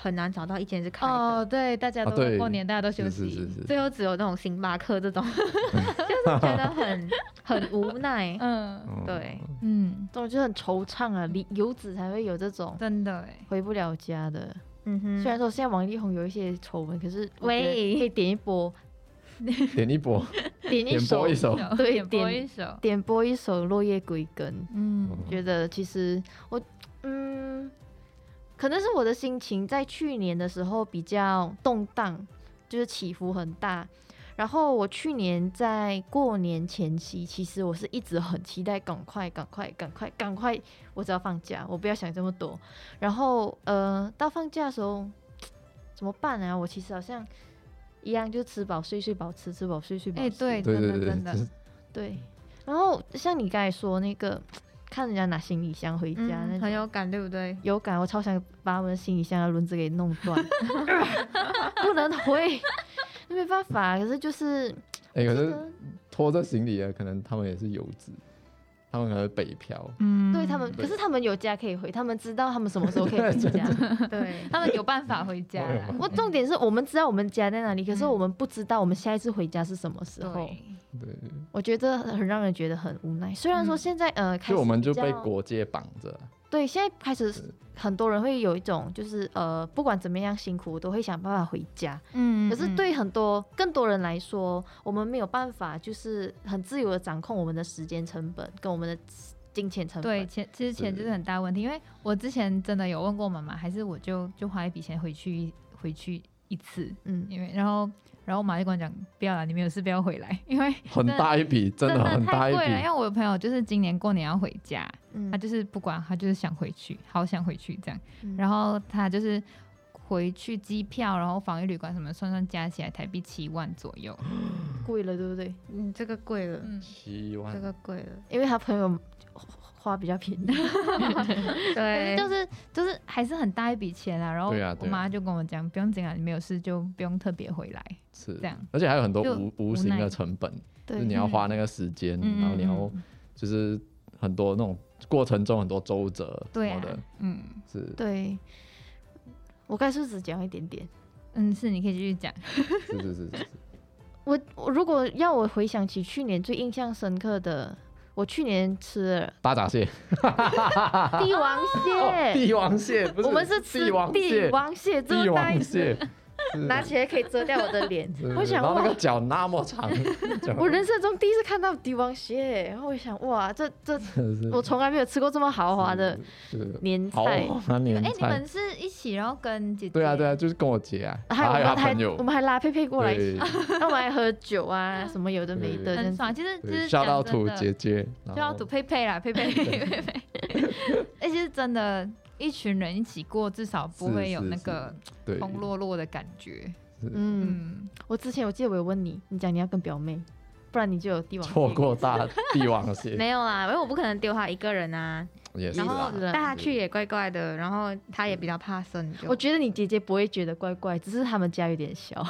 Speaker 4: 很难找到一间是开的，
Speaker 2: 哦，对，大家
Speaker 3: 啊
Speaker 2: 都
Speaker 3: 对
Speaker 2: 过年，大家都休
Speaker 3: 是是
Speaker 2: 息。
Speaker 3: 是是，
Speaker 4: 最后只有那种星巴克这种， 就是觉得很很无奈。
Speaker 2: 嗯
Speaker 3: 嗯
Speaker 4: 对，
Speaker 2: 嗯，
Speaker 1: 这种就很惆怅啊，离游子才会有这种
Speaker 2: 真的哎，
Speaker 1: 回不了家的。
Speaker 4: 嗯哼，
Speaker 1: 虽然说现在王力宏有一些丑闻，可是我觉得
Speaker 4: 喂
Speaker 1: 可以点一波，
Speaker 3: 点一波，
Speaker 1: 点一
Speaker 3: 点
Speaker 1: 首
Speaker 3: 播一，首，
Speaker 1: 对
Speaker 2: 点播
Speaker 1: 点
Speaker 2: 一首，
Speaker 1: 点播一首《落叶归根》。
Speaker 2: 嗯
Speaker 3: 嗯
Speaker 1: 觉得其实我，嗯，可能是我的心情在去年的时候比较动荡，就是起伏很大。然后我去年在过年前夕，其实我是一直很期待，赶快、赶快、赶快、赶快，我只要放假，我不要想这么多。然后呃，到放假的时候怎么办啊？我其实好像一样，就吃饱睡，睡饱吃，吃饱睡，睡饱
Speaker 2: 哎，
Speaker 1: 吃
Speaker 2: 对，
Speaker 3: 对
Speaker 2: 真
Speaker 3: 对
Speaker 2: 的
Speaker 3: 对，
Speaker 2: 真
Speaker 3: 对就
Speaker 2: 的
Speaker 3: 是，
Speaker 2: 嗯
Speaker 1: 对，然后像你刚才说那个，看人家拿行李箱回家，那
Speaker 4: 嗯、
Speaker 1: 种
Speaker 4: 很有感，对不对？
Speaker 1: 有感，我超想把我们的行李箱的轮子给弄断， 不能回，那没办法。可是就是，
Speaker 3: 哎，可
Speaker 1: 我记
Speaker 3: 是
Speaker 1: 得
Speaker 3: 拖着行李的，啊可能他们也是游子，他们可能北漂，
Speaker 2: 嗯
Speaker 1: 对他们，可是他们有家可以回，他们知道他们什么时候可以回 家。
Speaker 4: 对，
Speaker 2: 他们有办法回家
Speaker 3: 我有
Speaker 2: 啦
Speaker 3: 办
Speaker 1: 我重点是我们知道我们家在哪里，可是
Speaker 2: 嗯
Speaker 1: 我们不知道我们下一次回家是什么时候。
Speaker 2: 对，
Speaker 3: 对，
Speaker 1: 我觉得很让人觉得很无奈。虽然说
Speaker 2: 嗯
Speaker 1: 现在呃，开始
Speaker 3: 就我们就
Speaker 1: 比
Speaker 3: 被
Speaker 1: 较
Speaker 3: 国界绑着，
Speaker 1: 对，现在开始很多人会有一种就是呃，不管怎么样辛苦，我都会想办法回家。
Speaker 2: 嗯
Speaker 1: 可是对很多更多人来说，我们没有办法就是很自由的掌控我们的时间成本跟我们的金钱成
Speaker 2: 对
Speaker 1: 本。
Speaker 2: 钱，其实钱就是很大问题。因为我之前真的有问过妈妈，还是我就就花一笔钱回去回去一次，
Speaker 1: 嗯，
Speaker 2: 因为然后然后我妈就跟我讲，不要了，你没有事不要回来，因为
Speaker 3: 很大一笔，真的很大
Speaker 2: 太
Speaker 3: 一
Speaker 2: 贵了。因
Speaker 3: 笔。
Speaker 2: 为我有朋友就是今年过年要回家，
Speaker 1: 嗯
Speaker 2: 他就是不管，他就是想回去，好想回去这样。
Speaker 1: 嗯
Speaker 2: 然后他就是回去机票，然后防疫旅馆什么算算加起来台币七万左右。
Speaker 1: 贵了，对不对？
Speaker 4: 嗯，这个贵了，
Speaker 2: 嗯，
Speaker 3: 七
Speaker 4: 这
Speaker 3: 万，
Speaker 4: 个贵了，
Speaker 1: 因为他朋友花比较便宜。
Speaker 4: 对，
Speaker 2: 就是就是还是很大一笔钱啊。然后
Speaker 3: 对啊
Speaker 2: 我
Speaker 3: 对啊
Speaker 2: 妈就跟我讲，不用紧啊，你没有事就不用特别回来。
Speaker 3: 是
Speaker 2: 这样
Speaker 3: 而且还有很多
Speaker 2: 就
Speaker 3: 无无形
Speaker 2: 无奈
Speaker 3: 的成本，就
Speaker 1: 对，
Speaker 3: 是你要花那个时间，
Speaker 2: 嗯
Speaker 3: 然后你要
Speaker 2: 嗯
Speaker 3: 就是很多那种过程中很多周折
Speaker 2: 对
Speaker 3: 什么
Speaker 2: 啊
Speaker 3: 的，，
Speaker 2: 嗯
Speaker 3: 是
Speaker 1: 对，我刚才是不是只讲一点点？
Speaker 2: 嗯，是你可以继续讲。
Speaker 3: 是是是是，
Speaker 1: 我我如果要我回想起去年最印象深刻的，我去年吃了
Speaker 3: 大闸蟹，
Speaker 1: 帝王
Speaker 3: 哦
Speaker 1: 蟹，
Speaker 3: 帝王蟹不是，
Speaker 1: 我们是吃
Speaker 3: 帝王蟹，
Speaker 1: 王蟹这
Speaker 3: 帝
Speaker 1: 么大一
Speaker 3: 王
Speaker 1: 只，
Speaker 3: 蟹，是
Speaker 1: 拿起来可以遮掉我的脸
Speaker 3: 是。
Speaker 1: 我想
Speaker 3: 然后那
Speaker 1: 哇
Speaker 3: 个，脚那么长， 讲
Speaker 1: 我人生中第一次看到帝王蟹，然后我想哇，这这
Speaker 3: 真是嗯
Speaker 1: 我从来没有吃过这么豪华的
Speaker 3: 是是
Speaker 1: 年
Speaker 3: 好
Speaker 1: 菜。
Speaker 3: 哦那年
Speaker 2: 哎、你
Speaker 3: 菜
Speaker 2: 们，是一起然后跟姐姐？
Speaker 3: 对啊对啊，就是跟我姐啊，
Speaker 1: 还有我
Speaker 3: 还有
Speaker 1: 们
Speaker 3: 她
Speaker 1: 还
Speaker 3: 朋友
Speaker 1: 我，们还拉佩佩过来，
Speaker 3: 对，
Speaker 1: 然后我们还喝酒啊，什么有的没的，这样
Speaker 2: 很
Speaker 1: 子
Speaker 2: 爽。其 实就是
Speaker 3: 对，笑到
Speaker 2: 讲真
Speaker 3: 土
Speaker 2: 的
Speaker 3: 姐姐，然
Speaker 2: 就要
Speaker 3: 后
Speaker 2: 赌佩佩啦，佩佩 佩佩， 而且是真的，一群人一起过，至少不
Speaker 3: 是
Speaker 2: 会有
Speaker 3: 是
Speaker 2: 那
Speaker 3: 是
Speaker 2: 个
Speaker 3: 对
Speaker 2: 空
Speaker 1: 啊
Speaker 2: 落落的感觉。
Speaker 1: 嗯，
Speaker 2: 嗯，
Speaker 1: 我之前我记得我有问你，你讲你要跟表妹，不然你就有帝王蟹
Speaker 3: 错过大帝 王蟹
Speaker 4: 没有啦，因为我不可能丢他一个人啊，嗯
Speaker 3: 也是
Speaker 4: 然
Speaker 3: 啦
Speaker 4: 后
Speaker 1: 是啊
Speaker 4: 带他去也怪怪的，然后他也比较怕生，就
Speaker 1: 我觉得你姐姐不会觉得怪怪，只是他们家有点小。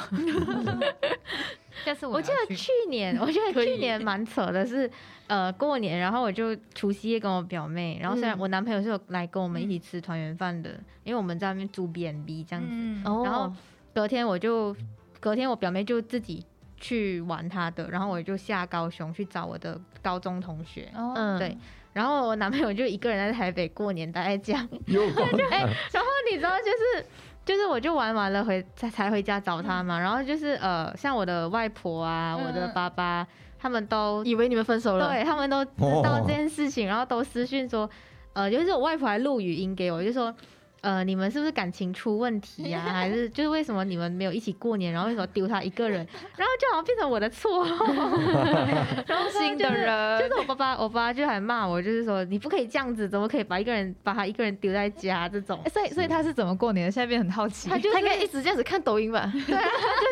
Speaker 2: 下次我
Speaker 4: 我记
Speaker 2: 要
Speaker 4: 得
Speaker 2: 去
Speaker 4: 去 年，我记得去年蛮扯的是，呃，过年，然后我就除夕夜跟我表妹，然后虽然
Speaker 1: 嗯
Speaker 4: 我男朋友是有来跟我们一起吃团圆饭的，因为我们在那边租 B&B 这样子，
Speaker 2: 嗯，哦，
Speaker 1: 哦，
Speaker 4: 然后隔天我就，隔天我表妹就自己去玩她的，然后我就下高雄去找我的高中同学，
Speaker 2: 哦
Speaker 1: 嗯，
Speaker 4: 对，然后我男朋友就一个人在台北过年，大概这样，
Speaker 3: 又过
Speaker 4: 哎、然后你知道就是就是我就玩完了回才才回家找他嘛，然后就是呃像我的外婆啊，
Speaker 2: 嗯
Speaker 4: 我的爸爸他们都
Speaker 1: 以为你们分手了，
Speaker 4: 对他们都知道这件事情，然后都私讯说，呃就是我外婆还录语音给我，就说。呃，你们是不是感情出问题呀、还是就是为什么你们没有一起过年，然后为什么丢他一个人？然后就好像变成我的错，
Speaker 2: 中心的
Speaker 4: 就
Speaker 2: 人，
Speaker 4: 是我爸爸，我爸就还骂我，就是说你不可以这样子，怎么可以把一个人把他一个人丢在家这种
Speaker 2: 哎？所以所以他是怎么过年的？现在变得很好奇
Speaker 1: 他。应该一直这样子看抖音吧，对，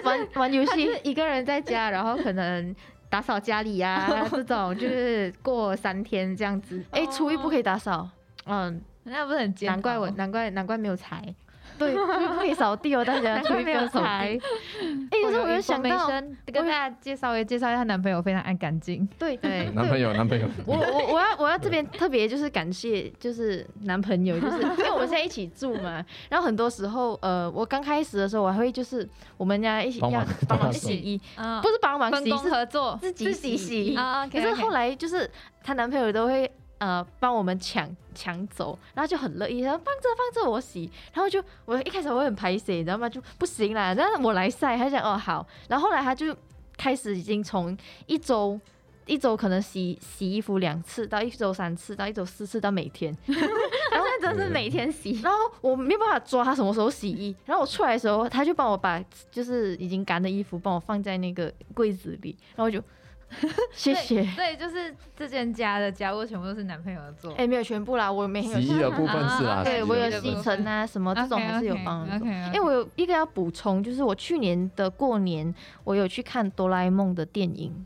Speaker 1: 玩玩游
Speaker 4: 他
Speaker 1: 戏
Speaker 4: 就， 是一个人在家，然后可能打扫家里呀、 这种就是过三天这样子。
Speaker 1: 哎，初一不可以打扫，
Speaker 4: 嗯，
Speaker 2: 那不是很煎熬
Speaker 4: 难怪我难怪难怪没有财，
Speaker 1: 对，初一不可以扫地哦，大家
Speaker 4: 难
Speaker 1: 初
Speaker 4: 怪
Speaker 1: 一不
Speaker 4: 没
Speaker 1: 要
Speaker 4: 有
Speaker 1: 扫地。
Speaker 4: 财
Speaker 1: 哎，。可是
Speaker 2: 有
Speaker 1: 我有想到，
Speaker 2: information，跟大家介绍一介绍一下，她男朋友非常爱干净。
Speaker 1: 对
Speaker 4: 对
Speaker 3: 嗯男朋友男朋友，
Speaker 1: 我 我我要我要这边特别就是感谢就是男朋友，就是因为我们现在一起住嘛，然后很多时候呃，我刚开始的时候我还会就是我们家一起
Speaker 3: 帮
Speaker 1: 要
Speaker 3: 忙
Speaker 1: 帮忙
Speaker 3: 打扫
Speaker 1: 洗衣，
Speaker 2: 嗯
Speaker 1: 不是帮忙
Speaker 2: 分
Speaker 1: 洗
Speaker 2: 工
Speaker 1: 是
Speaker 2: 合
Speaker 4: 哦
Speaker 2: 作
Speaker 1: 自己洗
Speaker 4: 嗯
Speaker 2: 啊，OK，
Speaker 1: 可是后来就是她男朋友都会呃帮我们抢抢走，然后就很乐意，然后放这放这我洗，然后就我一开始我会很排斥，你知道吗？就不行啦，但是我来晒，他讲哦好，然后后来他就开始已经从一周。一周可能洗洗衣服两次，到一周三次，到一周四次，到每天。
Speaker 4: 他现在真的是每天洗，
Speaker 1: 然后我没有办法抓他什么时候洗衣，然后我出来的时候，他就帮我把就是已经干的衣服帮我放在那个柜子里，然后我就 谢谢。
Speaker 2: 对，就是这间家的家务全部都是男朋友的做。
Speaker 1: 哎、没有全部啦，我没有
Speaker 3: 洗衣的部分是
Speaker 2: 啊
Speaker 3: 啦，
Speaker 1: 对
Speaker 3: 洗衣
Speaker 1: 我有
Speaker 3: 的部
Speaker 1: 吸
Speaker 3: 分
Speaker 1: 尘啊什
Speaker 2: 哦
Speaker 1: 么这种还是有帮助。哎
Speaker 2: OK，
Speaker 1: 因为我有一个要补充，就是我去年的过年，我有去看哆啦 A 梦的电影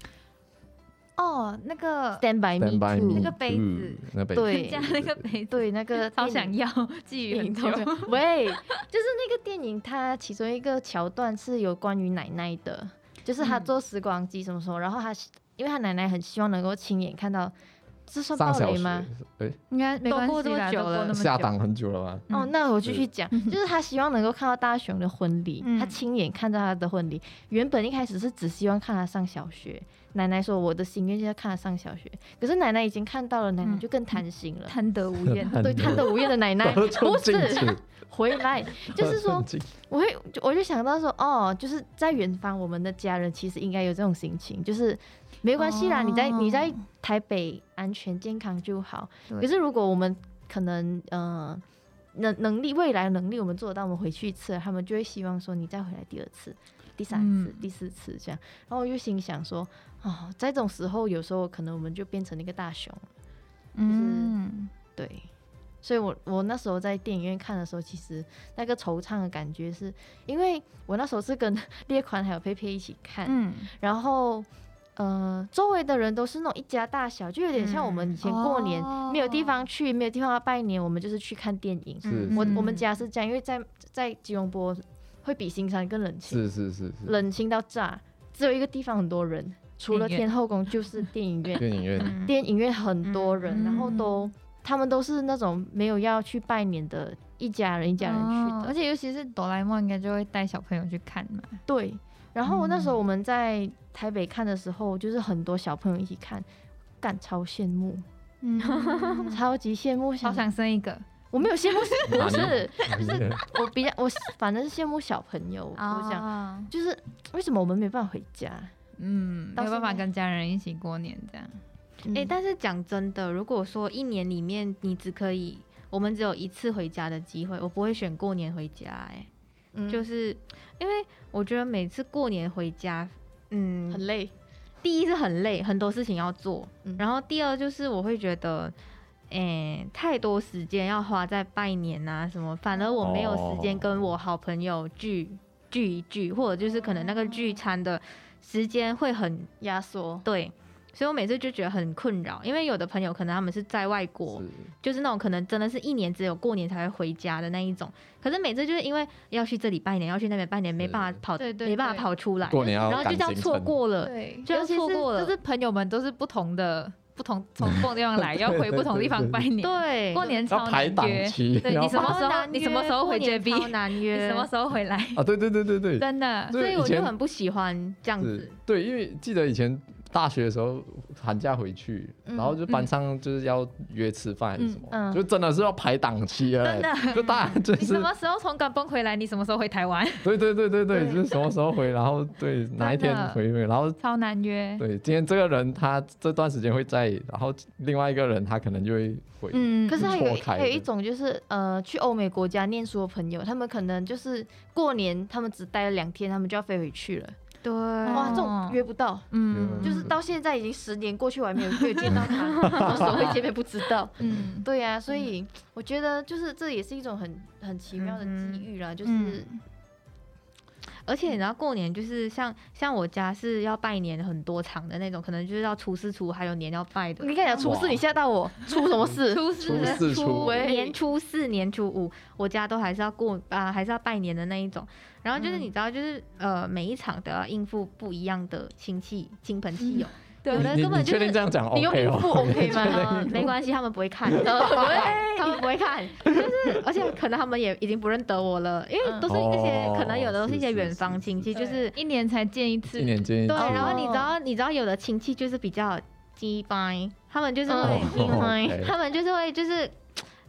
Speaker 2: 哦，那个
Speaker 1: 《Stand by Me
Speaker 3: Stand by
Speaker 1: Too
Speaker 3: me，
Speaker 2: 那个杯子
Speaker 3: too，那个杯子，
Speaker 1: 对
Speaker 2: 加那个
Speaker 4: 嗯
Speaker 2: 杯子，
Speaker 1: 对，那个
Speaker 2: 超
Speaker 1: 电
Speaker 2: 想
Speaker 1: 影
Speaker 2: 要，觊觎
Speaker 1: 电
Speaker 2: 很
Speaker 1: 影
Speaker 2: 久
Speaker 1: 超。想 喂，就是那个电影，它其中一个桥段是有关于奶奶的，就是她
Speaker 2: 嗯
Speaker 1: 坐时光机什么时候，然后她因为她奶奶很希望能够亲眼看到这算
Speaker 3: 上
Speaker 1: 暴
Speaker 3: 小
Speaker 1: 雷
Speaker 3: 学
Speaker 1: 吗？
Speaker 3: 诶，
Speaker 2: 应该没
Speaker 4: 都
Speaker 2: 关
Speaker 4: 过
Speaker 2: 系
Speaker 4: 这么
Speaker 2: 啦，
Speaker 4: 久
Speaker 2: 都过
Speaker 4: 了
Speaker 2: 那么
Speaker 3: 下
Speaker 2: 久啊
Speaker 3: 档很久了吧？。
Speaker 1: 哦，
Speaker 2: 嗯
Speaker 1: 那我继续讲，就是他希望能够看到大雄的婚礼，
Speaker 4: 嗯
Speaker 1: 他亲眼看到他的婚礼。原本一开始是只希望看他上小学，奶奶说我的心愿就是看他上小学，可是奶奶已经看到了，奶奶就更贪心了。
Speaker 2: 贪得无厌
Speaker 3: 很
Speaker 1: 对，贪得无厌的奶 奶
Speaker 3: 得寸
Speaker 1: 不
Speaker 3: 进
Speaker 1: 是
Speaker 3: 尺，
Speaker 1: 回来，就是说
Speaker 3: 得寸进尺
Speaker 1: 我会，就我就想到说，哦，就是在远方，我们的家人其实应该有这种心情，就是没关系啦，
Speaker 2: 哦
Speaker 1: 你在你在台北安全健康就好。
Speaker 2: 对
Speaker 1: 可是如果我们可能呃能能力未来能力我们做得到，我们回去一次，他们就会希望说你再回来第二次、第三次、
Speaker 2: 嗯
Speaker 1: 第四次这样。然后我就心想说，哦，在这种时候，有时候可能我们就变成了一个大熊，
Speaker 2: 嗯，
Speaker 1: 对，所以我我那时候在电影院看的时候，其实那个惆怅的感觉是，因为我那时候是跟 列宽还有佩佩一起看，
Speaker 2: 嗯，
Speaker 1: 然后呃，周围的人都是那种一家大小，就有点像我们以前过年、
Speaker 2: 哦
Speaker 1: 没有地方去，没有地方要拜年，我们就是去看电影。
Speaker 3: 是
Speaker 1: 我
Speaker 2: 嗯
Speaker 1: 我们家是这样，因为在在吉隆坡会比新山更冷清，
Speaker 3: 是是是是
Speaker 1: 冷清到炸，只有一个地方很多人，除了
Speaker 2: 电影院
Speaker 1: 天后宫就是电影院。
Speaker 3: 电影 院，
Speaker 4: 嗯
Speaker 1: 电影院很多
Speaker 2: 嗯
Speaker 1: 人，然后都他们都是那种没有要去拜年的一家人一家人去
Speaker 2: 哦
Speaker 1: 的，
Speaker 2: 而且尤其是哆啦 A 梦，应该就会带小朋友去看嘛。
Speaker 1: 对。然后
Speaker 2: 嗯
Speaker 1: 那时候我们在台北看的时候，就是很多小朋友一起看，感超羡慕，
Speaker 2: 嗯，
Speaker 1: 超级羡慕。
Speaker 2: 好想生一个
Speaker 1: 我没有 羡慕，不
Speaker 3: 哪里
Speaker 1: 是
Speaker 3: 哪里人
Speaker 1: 我比较我反正是羡慕小朋友，我
Speaker 2: 这
Speaker 1: 讲
Speaker 2: 样，
Speaker 1: 就是为什么我们没办法回家？
Speaker 2: 嗯，没
Speaker 1: 到
Speaker 2: 有办
Speaker 1: 现
Speaker 2: 法
Speaker 1: 在
Speaker 2: 跟家人一起过年这样。
Speaker 1: 哎
Speaker 4: 哎、但是讲真的，如果说一年里面你只可以，我们只有一次回家的机会，我不会选过年回家、哎、
Speaker 1: 但
Speaker 4: 就是因为我觉得每次过年回家，嗯，
Speaker 1: 很累，
Speaker 4: 第一是很累，很多事情要做，
Speaker 1: 嗯
Speaker 4: 然后第二就是我会觉得。哎、太多时间要花在拜年啊什么，反而我没有时间
Speaker 3: 哦
Speaker 4: 跟我好朋友聚聚一聚，或者就是可能那个聚餐的时间会很
Speaker 1: 压缩。
Speaker 4: 对，所以我每次就觉得很困扰，因为有的朋友可能他们是在外国，就是那种可能真的是一年只有过年才会回家的那一种，可是每次就是因为要去这里拜年，要去那边拜年，没办法跑，
Speaker 2: 对对
Speaker 4: 没办法
Speaker 2: 对
Speaker 4: 跑出来
Speaker 3: 是，过年要
Speaker 4: 然后就
Speaker 3: 赶
Speaker 4: 这样
Speaker 3: 行
Speaker 4: 错
Speaker 3: 程，
Speaker 4: 过了，
Speaker 2: 对
Speaker 4: 就要
Speaker 2: 尤其
Speaker 4: 错
Speaker 2: 是
Speaker 4: 过了
Speaker 2: 就是朋友们都是不同的，不 同从不同地方来，要回不同地方拜年。
Speaker 4: 对，
Speaker 2: 过年
Speaker 3: 要
Speaker 2: 超
Speaker 3: 排
Speaker 2: 难
Speaker 3: 档
Speaker 2: 约，
Speaker 3: 期，
Speaker 2: 对
Speaker 3: 然
Speaker 2: 你
Speaker 3: 后
Speaker 2: 什么
Speaker 4: 超
Speaker 2: 时候
Speaker 4: 难
Speaker 2: 你什么
Speaker 4: 约
Speaker 2: 时候
Speaker 4: 过
Speaker 2: 回
Speaker 4: 年
Speaker 2: JB
Speaker 4: 超 难
Speaker 2: 你
Speaker 4: 约，
Speaker 2: 什么时候回来？
Speaker 3: 啊？对对对对对对，
Speaker 2: 真的，
Speaker 4: 所以我
Speaker 3: 以
Speaker 4: 就
Speaker 3: 前
Speaker 4: 很不喜欢这样
Speaker 3: 是
Speaker 4: 子。
Speaker 3: 对，因为记得以前大学的时候寒假回去，然后就班上就是要约吃饭还是什么，
Speaker 1: 嗯嗯
Speaker 3: 就真的是要排档期了欸，就大家就
Speaker 2: 你什
Speaker 3: 是
Speaker 2: 么时候从港崩回来？你什么时候回台湾？
Speaker 3: 对对对对对，
Speaker 1: 对
Speaker 3: 就是什么时候回，然后对哪一天回回，然后
Speaker 2: 超难约。
Speaker 3: 对今天这个人他这段时间会在，然后另外一个人他可能就会回，
Speaker 2: 嗯
Speaker 1: 可是还有
Speaker 3: 错开
Speaker 1: 还有一
Speaker 3: 的
Speaker 1: 种就是呃，去欧美国家念书的朋友，他们可能就是过年，他们只待了两天，他们就要飞回去了。
Speaker 4: 对，
Speaker 1: 哇，
Speaker 4: 哇
Speaker 1: 这种约不到，
Speaker 2: 嗯，
Speaker 1: 就是到现在已经十年过去，我还没有没有见到他，什么时候会见面不知道。
Speaker 2: 嗯，
Speaker 1: 对呀、所以我觉得就是这也是一种很很奇妙的机遇啦，就是
Speaker 2: 嗯
Speaker 4: 而且你知道过年就是像像我家是要拜年很多场的那种，可能就是要除四除五还有年要拜的
Speaker 1: 你。跟你啊讲出事，
Speaker 3: 哇
Speaker 1: 你吓到我，出什么事？
Speaker 2: 初
Speaker 3: 初
Speaker 2: 四
Speaker 3: 四初五
Speaker 1: 喂
Speaker 4: 年初四、年初五，我家都还是要过啊、还是要拜年的那一种。然后就是
Speaker 1: 嗯
Speaker 4: 你知道，就是、呃，每一场都要应付不一样的亲戚、亲朋 戚友，
Speaker 2: 对
Speaker 4: 有的
Speaker 3: 你
Speaker 4: 根
Speaker 3: 你
Speaker 4: 本就
Speaker 3: 确定
Speaker 4: 是
Speaker 3: 这样讲
Speaker 1: 你用
Speaker 3: OK
Speaker 1: 不
Speaker 3: 哦？
Speaker 1: OK 吗？
Speaker 4: 呃，没关系，他们不会看， 他们不会看，就是而且可能他们也已经不认得我了，因为都是一些、
Speaker 3: 哦
Speaker 4: 可能有的都是一些
Speaker 3: 是是
Speaker 4: 远房亲戚，就是
Speaker 2: 一年才见一次
Speaker 3: 一，年见一次
Speaker 4: 对，，然后
Speaker 1: 哦
Speaker 4: 你知道你知道有的亲戚就是比较鸡掰，他们就是会
Speaker 1: 嗯，
Speaker 3: 哦
Speaker 2: 哦
Speaker 3: OK
Speaker 4: 他们就是会就是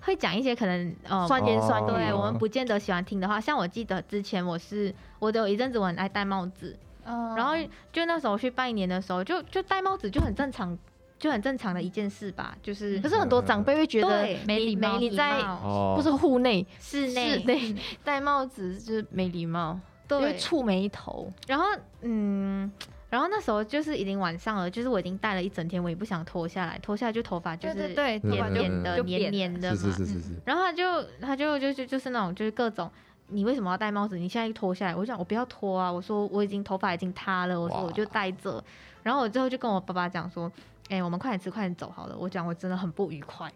Speaker 4: 会讲一些可能呃
Speaker 1: 酸言酸
Speaker 3: 哦
Speaker 1: 语，
Speaker 4: 对我们不见得喜欢听的话，像我记得之前我是我有一阵子我很爱戴帽子，然
Speaker 1: 哦
Speaker 2: 然
Speaker 4: 后就那时候去拜年的时候，就就戴帽子就很正常，就很正常的一件事吧，就是
Speaker 1: 可是很多长辈会觉得
Speaker 4: 对
Speaker 2: 没礼貌
Speaker 1: 没礼在
Speaker 3: 哦，
Speaker 1: 不是户内
Speaker 4: 室
Speaker 1: 室
Speaker 4: 内
Speaker 1: 内戴帽子就是没礼貌，因为
Speaker 4: 对，
Speaker 1: 触眉头。
Speaker 4: 然后嗯。然后那时候就是已经晚上了，就是我已经戴了一整天，我也不想脱下来，脱下来就头发就
Speaker 2: 对
Speaker 4: 是
Speaker 2: 对对，
Speaker 3: 嗯
Speaker 2: 头发
Speaker 4: 扁
Speaker 2: 就
Speaker 4: 扁的、
Speaker 2: 就
Speaker 4: 黏
Speaker 2: 扁
Speaker 4: 黏的
Speaker 3: 是
Speaker 4: 嘛。
Speaker 3: 是是是是，
Speaker 4: 然后他就他就就就就是那种就是各种，你为什么要戴帽子？你现在一脱下来，我就想我不要脱啊！我说我已经头发已经塌了，我说
Speaker 3: 哇
Speaker 4: 我就戴着。然后我最后就跟我爸爸讲说，哎、我们快点吃，快点走好了。我讲我真的很不愉快，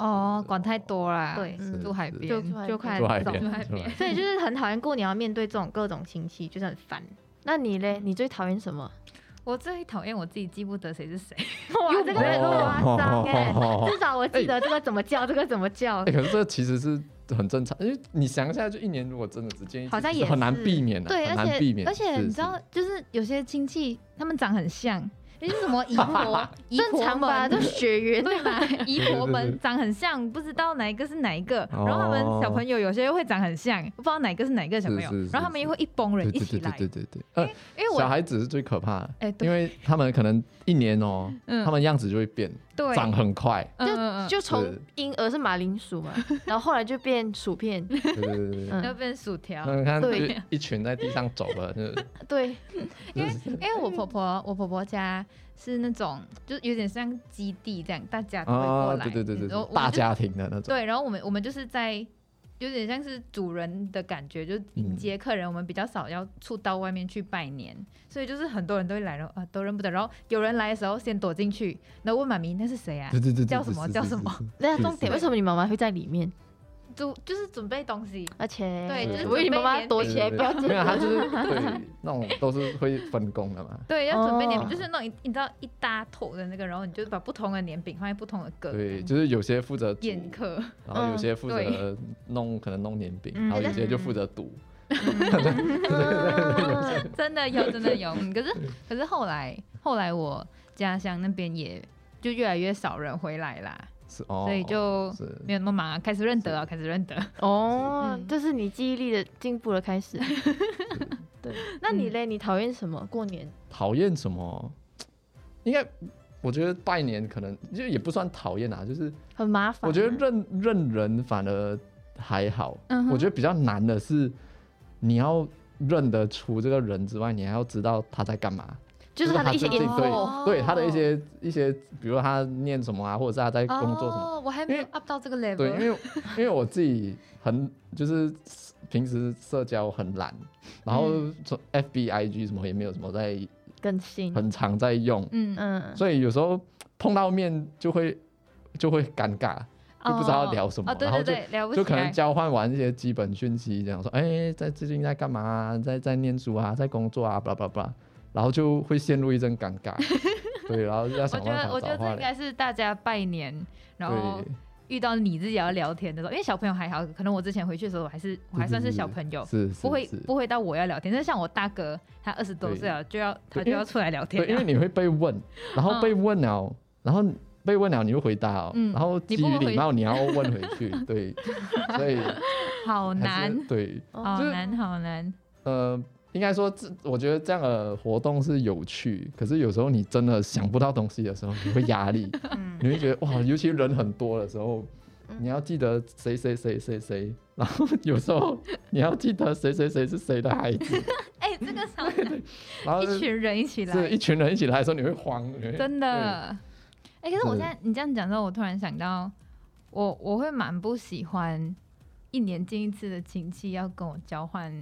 Speaker 2: 哦，管太多啦，
Speaker 4: 对
Speaker 1: 嗯
Speaker 2: 住海
Speaker 1: 就
Speaker 2: 边，
Speaker 4: 就快
Speaker 3: 住海
Speaker 4: 点走。
Speaker 3: 边，
Speaker 2: 住海
Speaker 3: 住海
Speaker 2: 边
Speaker 3: 边
Speaker 4: 所以就是很讨厌过年要面对这种各种亲戚，就是很烦。
Speaker 1: 那你嘞？你最讨厌什么？
Speaker 2: 我最讨厌我自己记不得谁是谁。
Speaker 4: 哇，这个很
Speaker 3: 哦
Speaker 4: 夸张
Speaker 2: 欸
Speaker 3: 欸
Speaker 4: 哎！至少我记得这个怎么叫，这个怎么叫
Speaker 3: 哎、。可是这其实是很正常，因为你想一下，就一年如果真的只见一次，
Speaker 4: 好像
Speaker 3: 其
Speaker 4: 也
Speaker 3: 实很难
Speaker 4: 是
Speaker 3: 避免的、啊
Speaker 2: 对，
Speaker 3: 很
Speaker 2: 而
Speaker 3: 难避
Speaker 2: 且
Speaker 3: 免的
Speaker 2: 而
Speaker 3: 事
Speaker 2: 且
Speaker 3: 情。
Speaker 2: 你知道，就是有些亲戚他们长很像，你是什么姨 婆姨
Speaker 1: 正
Speaker 2: 婆
Speaker 1: 常吧？
Speaker 2: 们
Speaker 1: 都血 缘
Speaker 2: 对吧？ 姨婆
Speaker 3: 对对
Speaker 2: 们
Speaker 3: 对
Speaker 2: 长很像，不知道哪一个是哪一个。
Speaker 3: 哦
Speaker 2: 然后他们小朋友有些又会长很像，不知道哪一个是哪一个小朋友
Speaker 3: 是是。是
Speaker 2: 然后他们又会一帮人
Speaker 3: 对
Speaker 2: 一
Speaker 3: 对
Speaker 2: 起
Speaker 3: 对
Speaker 2: 来
Speaker 3: 对。对对对，呃，
Speaker 2: 因为
Speaker 3: 小
Speaker 2: 我
Speaker 3: 孩子是最可怕的，
Speaker 2: 哎，对
Speaker 3: 因为他们可能一年哦、
Speaker 2: 嗯
Speaker 3: 他们样子就会变，
Speaker 2: 对，
Speaker 3: 长 很快，
Speaker 2: 嗯嗯嗯
Speaker 1: 就从
Speaker 3: 是
Speaker 1: 婴儿是马铃薯 嘛，然后后来就变薯片，
Speaker 3: 对对对对对。
Speaker 1: 嗯
Speaker 2: 要变薯条。
Speaker 3: 那你看，就
Speaker 1: 对
Speaker 3: 是一群在地上走了，就是
Speaker 1: 对，
Speaker 2: 因为
Speaker 3: 就是
Speaker 2: 因为我婆婆，我婆婆家是那种，就是有点像基地这样，大家都会过
Speaker 3: 啊，
Speaker 2: 来，
Speaker 3: 对对对对
Speaker 2: 然后我
Speaker 3: 对，
Speaker 2: 们
Speaker 3: 大
Speaker 2: 就
Speaker 3: 家庭的那种，
Speaker 2: 对，然后我们我们就是在有点像是主人的感觉，就是迎接客人，我们比较少要出到外面去拜年，所以就是很多人都会来，然后啊都认不得，然后有人来的时候先躲进去，然后问妈咪那是谁啊
Speaker 3: 对，对对对，
Speaker 2: 叫
Speaker 3: 对
Speaker 2: 什么
Speaker 3: 是
Speaker 2: 叫
Speaker 3: 是
Speaker 2: 什
Speaker 3: 是
Speaker 2: 么
Speaker 3: 是
Speaker 1: 那
Speaker 3: 是
Speaker 1: 重点
Speaker 3: 是
Speaker 1: 为什么你妈妈会在里面？
Speaker 2: 就就是准备东西，
Speaker 1: 而且
Speaker 2: 对
Speaker 3: 就是
Speaker 1: 我以为你
Speaker 2: 准备
Speaker 1: 妈妈
Speaker 2: 年
Speaker 1: 躲
Speaker 3: 对
Speaker 1: 起来
Speaker 3: 对
Speaker 1: 不要
Speaker 3: 对
Speaker 1: 见
Speaker 3: 没有，他
Speaker 1: 人。
Speaker 3: 就是对那种都是会分工的嘛。
Speaker 2: 对，要准备年
Speaker 1: 哦
Speaker 2: 饼，就是那种一你知道一大坨的那个，然后你就把不同的年饼放在不同的格
Speaker 3: 对，就是有些负责煮，
Speaker 2: 宴客，
Speaker 3: 然后有些负责
Speaker 2: 对
Speaker 3: 弄可能弄年饼，
Speaker 4: 嗯
Speaker 3: 然后有些就负责赌。
Speaker 1: 嗯
Speaker 2: 真的有，真的 有。嗯可是可是后来后来我家乡那边也就越来越少人回来啦，
Speaker 3: 是哦，
Speaker 2: 所以就是没有那么忙啊，开始认得了，开始认得。
Speaker 1: 哦
Speaker 2: 嗯，
Speaker 1: 这是你记忆力的进步的开 始。对，嗯那你嘞？你讨厌什么？过年
Speaker 3: 讨厌什么？应该我觉得拜年可能就也不算讨厌啊，就是
Speaker 1: 很麻烦啊。
Speaker 3: 我觉得认认人反而还好。
Speaker 2: 嗯哼
Speaker 3: 我觉得比较难的是你要认得出这个人之外，你还要知道他在干嘛。
Speaker 1: 就是他的一些
Speaker 3: 最近
Speaker 1: info，
Speaker 2: info
Speaker 3: 对对他的一些一些，比如说他念什么啊，或者是他在工作什么。
Speaker 2: 哦，我还没有 up 到这个
Speaker 3: 对，
Speaker 2: level。
Speaker 3: 因为因为我自己很就是平时社交很懒，然后
Speaker 2: 嗯
Speaker 3: 从 F B I G 什么也没有什么在
Speaker 1: 更新。
Speaker 3: 很常在用，
Speaker 2: 嗯，
Speaker 1: 嗯，
Speaker 3: 所以有时候碰到面就会就会尴尬，就不知道要聊什么
Speaker 2: 哦，对
Speaker 3: 然后
Speaker 2: 对对，聊不起
Speaker 3: 就
Speaker 2: 来。
Speaker 3: 可能交换完一些基本讯息，这样说，哎，在最近在干嘛、啊，在在念书啊，在工作啊，巴拉巴拉巴拉，然后就会陷入一阵尴 尬，对，然后就要
Speaker 2: 我
Speaker 3: 想
Speaker 2: 觉
Speaker 3: 办
Speaker 2: 得，
Speaker 3: 法
Speaker 2: 我觉得
Speaker 3: 找
Speaker 2: 这
Speaker 3: 话
Speaker 2: 应
Speaker 3: 聊。
Speaker 2: 该是大家拜年，然后
Speaker 3: 对，
Speaker 2: 遇到你自己要聊天的时候，因为小朋友还好，可能我之前回去的时候，我还是我还算是小朋友，
Speaker 3: 是是
Speaker 2: 不会
Speaker 3: 是
Speaker 2: 不会到我要聊天。但是像我大哥，他二十多岁了，就要他
Speaker 3: 对
Speaker 2: 就
Speaker 3: 因为
Speaker 2: 要出来聊天啊
Speaker 3: 对，因为
Speaker 2: 了。
Speaker 3: 你会被问，然后被问了，然后被问了你就回答哦，
Speaker 2: 嗯
Speaker 3: 然后
Speaker 2: 你
Speaker 3: 基
Speaker 2: 不
Speaker 3: 于
Speaker 2: 回
Speaker 3: 礼貌你要问回 去，对，所以
Speaker 2: 好
Speaker 3: 还
Speaker 2: 难
Speaker 3: 是，对，
Speaker 2: 好
Speaker 3: 就是
Speaker 2: 难，好难。
Speaker 3: 呃，应该说这我觉得这样的活动是有趣，可是有时候你真的想不到东西的时候，你会压 力，
Speaker 4: 嗯，
Speaker 3: 你会觉得哇，尤其人很多的时候。
Speaker 1: 嗯
Speaker 3: 你要记得谁谁谁谁谁，然后有时候你要记得谁谁谁是谁的孩子，
Speaker 2: 哎， 这个超难，
Speaker 3: 然后
Speaker 2: 一群人一起来，
Speaker 3: 是一群人一起来的时候，你会慌，你会
Speaker 2: 真的。哎、可是我现
Speaker 3: 是
Speaker 2: 在你这样讲之后，我突然想到，我我会蛮不喜欢一年见一次的亲戚要跟我交换，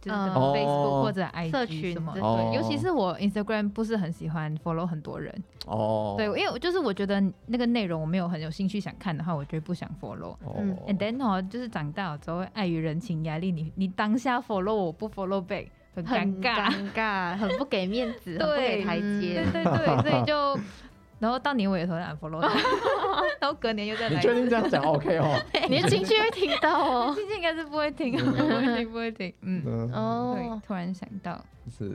Speaker 2: 就是什
Speaker 4: 嗯
Speaker 2: 么 Facebook
Speaker 3: 哦
Speaker 2: 或者 IG
Speaker 4: 社群
Speaker 2: 什么
Speaker 4: 之
Speaker 2: 的。
Speaker 4: 类
Speaker 3: 的
Speaker 2: 对，尤其是我 Instagram 不是很喜欢 follow 很多人，
Speaker 3: 哦，
Speaker 2: 对，因为我就是我觉得那个内容我没有很有兴趣想看的话，我就会不想 follow。
Speaker 1: 嗯
Speaker 3: 哦
Speaker 2: And then 哦，就是长大了之后，碍于人情压力，你你当下 follow 我不 follow back，很
Speaker 4: 很
Speaker 2: 尴尬。
Speaker 4: 尴尬，啊很不给面子， 很不给台阶
Speaker 2: 对。对对，所以就，然后到年尾的时候就 unfollow 他然后隔年又再
Speaker 3: 你
Speaker 2: 来。
Speaker 3: 确定这样讲 OK 哦？
Speaker 1: 你的情绪会听到 哦。
Speaker 2: 亲戚应该是不会听，不会听，不会听。嗯，
Speaker 3: 嗯，
Speaker 1: 哦
Speaker 2: 对，，突然想到，
Speaker 3: 是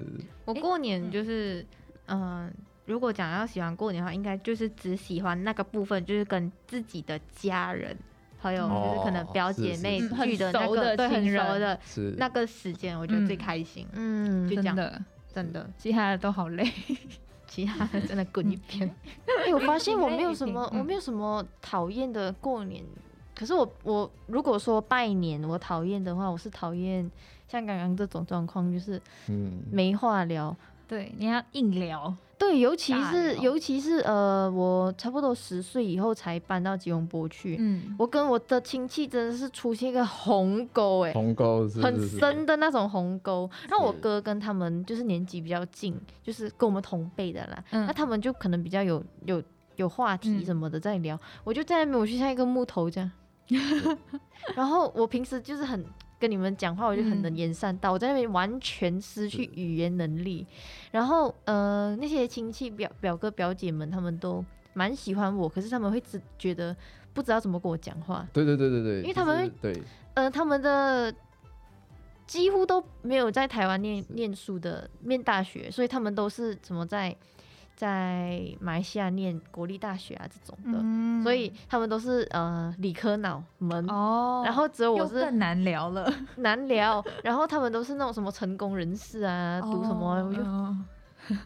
Speaker 4: 我过年就是，嗯、如果讲要喜欢过年的话，应该就是只喜欢那个部分，就是跟自己的家人，还
Speaker 1: 嗯
Speaker 4: 有就是可能
Speaker 3: 哦
Speaker 4: 表
Speaker 3: 是
Speaker 4: 姐
Speaker 3: 是
Speaker 4: 妹
Speaker 2: 是
Speaker 4: 聚的那
Speaker 2: 很熟
Speaker 4: 个
Speaker 2: 的
Speaker 4: 对很
Speaker 2: 亲人
Speaker 4: 熟的
Speaker 3: 是
Speaker 4: 那个时间，我觉得最
Speaker 2: 嗯
Speaker 4: 开心，
Speaker 1: 嗯
Speaker 4: 就，这
Speaker 2: 真
Speaker 4: 样
Speaker 2: 的，嗯
Speaker 4: 真的，
Speaker 2: 其他的都好累。
Speaker 4: 其他的真的
Speaker 1: 嗯
Speaker 4: 滚一边。
Speaker 1: 哎，我发现我没有什么，
Speaker 2: 嗯
Speaker 1: 我没有什么讨厌的过年。可是我我如果说拜年我讨厌的话，我是讨厌像刚刚这种状况，就是
Speaker 3: 嗯，
Speaker 1: 没话聊。
Speaker 2: 对，你要硬聊，
Speaker 1: 对，尤其
Speaker 2: 大
Speaker 1: 是
Speaker 2: 了
Speaker 1: 尤其是呃，我差不多十岁以后才搬到吉隆坡去，
Speaker 2: 嗯，
Speaker 1: 我跟我的亲戚真的是出现一个鸿沟哎、
Speaker 3: 鸿沟哦是
Speaker 1: 很
Speaker 3: 是是
Speaker 1: 深的那种鸿沟。那我
Speaker 3: 是
Speaker 1: 哥跟他们就是年纪比较近，就是跟我们同辈的啦，
Speaker 2: 嗯
Speaker 1: 那他们就可能比较有有有话题
Speaker 2: 嗯
Speaker 1: 什么的在 聊，我就在那边，我就像一个木头这样。然后我平时就是很跟你们讲话，我就很能
Speaker 2: 嗯
Speaker 1: 言善道，我在那边完全失去语言能力。然后呃，那些亲戚表表哥表姐们，他们都蛮喜欢我，可是他们会只觉得不知道怎么跟我讲话，
Speaker 3: 对对对对对，
Speaker 1: 因为他们
Speaker 3: 就是对
Speaker 1: 呃，他们的几乎都没有在台湾念念书的，念大学，所以他们都是怎么在在马来西亚念国立大学啊这种的，
Speaker 2: 嗯
Speaker 1: 所以他们都是呃理科脑门。
Speaker 2: 哦，
Speaker 1: 然后只有我
Speaker 2: 又
Speaker 1: 是
Speaker 2: 更难聊了，
Speaker 1: 难聊，然后他们都是那种什么成功人士啊，读什么啊，我就
Speaker 2: 哦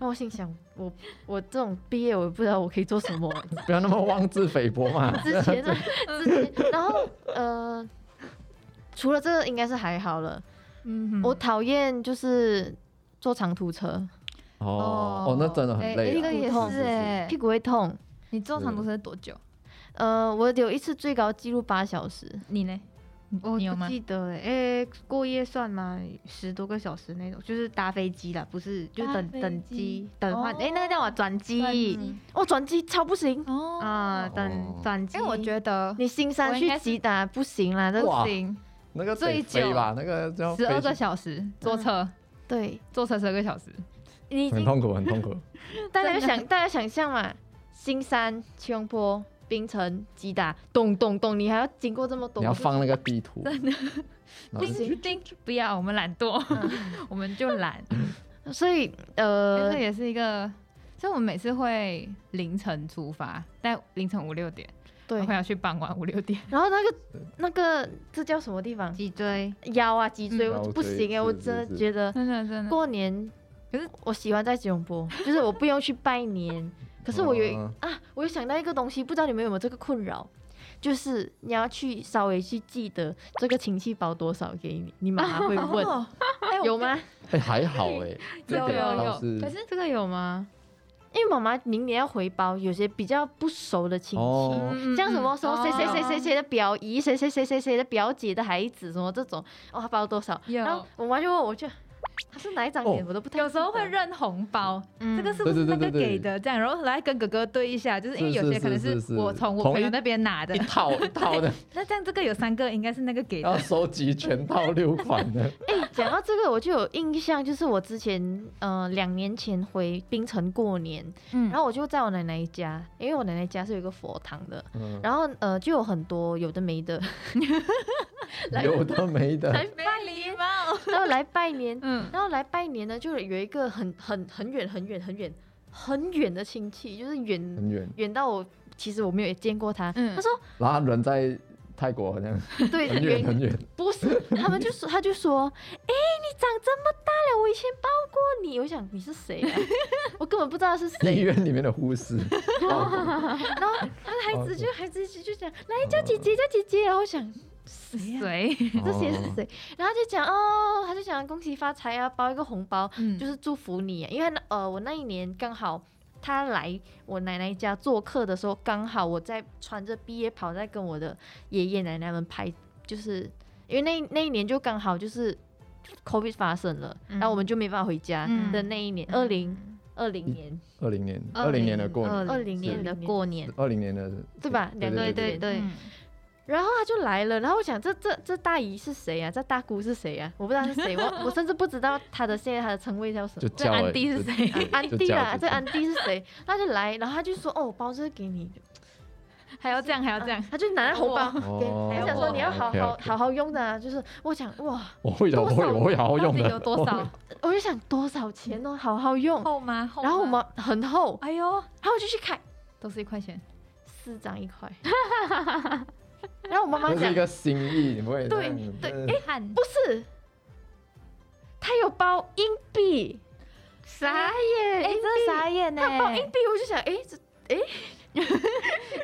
Speaker 1: 那我心想，我我这种毕业我也不知道我可以做什么欸、
Speaker 3: 不要那么妄自菲薄嘛。
Speaker 1: 之 前呢，
Speaker 2: 嗯
Speaker 1: 之前，然后呃，除了这个应该是还好了。
Speaker 2: 嗯哼
Speaker 1: 我讨厌就是坐长途车，
Speaker 3: 哦哦，那真的很
Speaker 2: 哎
Speaker 3: 累
Speaker 1: 这
Speaker 3: 啊。
Speaker 1: 个也
Speaker 3: 是
Speaker 2: 哎
Speaker 1: 屁股会痛。
Speaker 2: 你坐长途车多久？
Speaker 1: 呃，我有一次最高记录八小时，
Speaker 2: 你呢？你
Speaker 4: 我
Speaker 2: 你有
Speaker 4: 不
Speaker 2: 吗？
Speaker 4: 记得了，诶，过夜算吗？十多个小时那种，就是搭飞机啦，不是，就是
Speaker 2: 搭
Speaker 4: 等
Speaker 2: 飞
Speaker 4: 等
Speaker 2: 机
Speaker 4: 机等换，
Speaker 2: 哦
Speaker 4: 诶，那个叫我转机
Speaker 2: 嗯
Speaker 1: 哦，转机超不行，
Speaker 2: 哦
Speaker 4: 啊，
Speaker 3: 哦
Speaker 4: 等转机。
Speaker 2: 因为我觉得
Speaker 1: 你新
Speaker 2: 我
Speaker 1: 山
Speaker 2: 应
Speaker 1: 去
Speaker 2: 该是
Speaker 1: 吉达不行啦，这
Speaker 3: 哇
Speaker 2: 行，
Speaker 3: 那个
Speaker 2: 最
Speaker 3: 得飞
Speaker 2: 久
Speaker 3: 吧，那个叫
Speaker 2: 十二
Speaker 3: 哦飞
Speaker 2: 个
Speaker 3: 去
Speaker 2: 小时坐车，
Speaker 1: 对
Speaker 2: 坐车十二个小时，
Speaker 1: 你已
Speaker 3: 很
Speaker 1: 经
Speaker 3: 痛苦，很痛 苦。
Speaker 1: 大家
Speaker 2: 真的
Speaker 1: 想大家想象嘛，新山、吉隆坡、槟城、吉达，咚咚咚，你还要经过这么多，
Speaker 3: 你要放那个地图，然后就
Speaker 2: 叮叮，不要，我们懒惰， 我们就懒。
Speaker 1: 所以
Speaker 2: 呃，
Speaker 1: 呃
Speaker 2: 嗯这，也是一个，所以我们每次会凌晨出发，但凌晨五六点，
Speaker 1: 对
Speaker 2: 然，后要去傍晚五六点。
Speaker 1: 然后那个那个这叫什么地方？
Speaker 4: 脊椎，
Speaker 1: 腰啊，脊椎、
Speaker 2: 嗯
Speaker 1: 我不行哎、
Speaker 3: 腰
Speaker 1: 我
Speaker 3: 椎是
Speaker 1: 真
Speaker 3: 哦是
Speaker 1: 的
Speaker 3: 是
Speaker 1: 觉得
Speaker 2: 真的真的，
Speaker 1: 过年，
Speaker 2: 可是
Speaker 1: 我喜欢在吉隆坡，就是我不用去拜 年。可是我有一
Speaker 3: 哦
Speaker 1: 啊，我又想到一个东西，不知道你们有没有这个困扰，就是你要去稍微去记得这个亲戚包多少给你，你妈妈会问、
Speaker 2: 哦哎我
Speaker 1: 有吗？
Speaker 3: 哎还好哎，这
Speaker 2: 有
Speaker 3: 点
Speaker 2: 有
Speaker 3: 倒
Speaker 2: 有
Speaker 3: 是
Speaker 2: 可是
Speaker 4: 这个有吗？
Speaker 1: 因为妈妈明年要回包，有些比较不熟的亲戚。
Speaker 2: 嗯
Speaker 3: 哦，
Speaker 1: 像什么什么谁谁谁谁
Speaker 2: 哦
Speaker 1: 谁的表姨，谁谁谁谁谁的表姐的孩子，什么这种，哦，他包多少？
Speaker 2: 有
Speaker 1: 然后我妈就问我，就他是哪一张脸，
Speaker 3: 哦
Speaker 1: 我都不太
Speaker 2: 有时候
Speaker 1: 记得
Speaker 2: 会认红包，
Speaker 4: 嗯
Speaker 2: 这个是不是
Speaker 3: 对对
Speaker 2: 那
Speaker 3: 对
Speaker 2: 个
Speaker 3: 对对
Speaker 2: 给的？这样，然后来跟哥哥对一下，就是因为
Speaker 3: 是
Speaker 2: 有些
Speaker 3: 是
Speaker 2: 可能
Speaker 3: 是是是
Speaker 2: 我从我
Speaker 3: 同
Speaker 2: 朋友
Speaker 3: 一
Speaker 2: 那边拿的
Speaker 3: 一，哦套一 套的，
Speaker 2: 那这样这个有三个，应该是那个给
Speaker 3: 要
Speaker 2: 的。
Speaker 3: 收集全套六款的。
Speaker 1: 讲到这个，我就有印象，就是我之前呃两年前回槟城过年，
Speaker 2: 嗯
Speaker 1: 然后我就在我奶奶家，因为我奶奶家是有一个佛堂的，
Speaker 3: 嗯，
Speaker 1: 然后呃就有很多有的没的，来
Speaker 3: 有的没的，
Speaker 2: 没礼貌。
Speaker 1: 然后来拜年，
Speaker 2: 嗯，
Speaker 1: 然后来拜年呢，就有一个很很很远很远很远很远的亲戚，就是远
Speaker 3: 很远。
Speaker 1: 远到我其实我没有见过 他，
Speaker 2: 嗯
Speaker 1: 他说
Speaker 3: 然后他人在泰国好像
Speaker 1: 对
Speaker 3: 很远
Speaker 1: 远
Speaker 3: 很远，
Speaker 1: 不是，他们就说他就说，哎、你长这么大了，我以前抱过你，我想你是谁啊？ 我根本不知道是谁
Speaker 3: 医。院里面的护士。哦
Speaker 1: 然后他的孩子
Speaker 2: 哦
Speaker 1: 就孩子就就讲来叫姐姐叫姐姐，然后我想谁呀、
Speaker 2: 谁？
Speaker 1: 这些是谁？然后他就讲哦，他就讲恭喜发财啊，包一个红包，
Speaker 2: 嗯
Speaker 1: 就是祝福你、因为那呃，我那一年刚好他来我奶奶家做客的时候，刚好我在穿着毕业袍在跟我的爷爷奶奶们拍，就是因为那那一年就刚好就是 COVID 发生了，
Speaker 4: 嗯
Speaker 1: 然后我们就没办法回家
Speaker 2: 嗯
Speaker 1: 的那一年，二零二零
Speaker 3: 嗯
Speaker 1: 年。
Speaker 3: 二零年，二零年的过年，
Speaker 1: 20
Speaker 4: 20年的过年，
Speaker 3: 二零年的
Speaker 1: 对吧
Speaker 3: 对
Speaker 1: 两个
Speaker 3: 对
Speaker 4: 对
Speaker 3: 对
Speaker 4: 对
Speaker 1: 对
Speaker 4: 对，
Speaker 1: 然后他就来了，然后我想这这这大姨是谁啊呀、这大姑是谁呀、我不知道是谁，我我甚至不知道她的现在她的称谓叫什
Speaker 3: 就
Speaker 1: 么。哎
Speaker 3: 叫
Speaker 2: 安迪是谁？
Speaker 1: 安
Speaker 3: 就
Speaker 1: 迪
Speaker 3: 叫
Speaker 1: 啦，
Speaker 3: 就
Speaker 1: 这
Speaker 3: 叫
Speaker 1: 安迪是谁？他就来，然后他就说：“哦，我包这个给你。
Speaker 2: 还要这样，还要这样
Speaker 1: 啊”。他就拿了红包 给
Speaker 3: 哦
Speaker 1: 我，他想说你要好好
Speaker 3: OK，OK
Speaker 1: 好好用的啊。就是我想哇，
Speaker 3: 我会的，我会，我会好好用
Speaker 2: 到
Speaker 3: 的。
Speaker 2: 底有多 少？
Speaker 1: 我就想多少钱哦，好好用。
Speaker 2: 厚吗？厚吗
Speaker 1: 然后我们很厚，
Speaker 2: 哎呦，
Speaker 1: 然后我就去看，
Speaker 2: 都是一块钱。
Speaker 1: 四张一块。然后我妈妈
Speaker 3: 这是
Speaker 1: 讲
Speaker 3: 一个心意，你不会
Speaker 1: 对
Speaker 3: 对
Speaker 2: 看
Speaker 1: 不是，他有包硬币，
Speaker 4: 啥？
Speaker 1: 耶，
Speaker 2: 哎，真的
Speaker 1: 硬币。
Speaker 2: 傻眼呢！
Speaker 1: 他包硬币，我就想，哎、这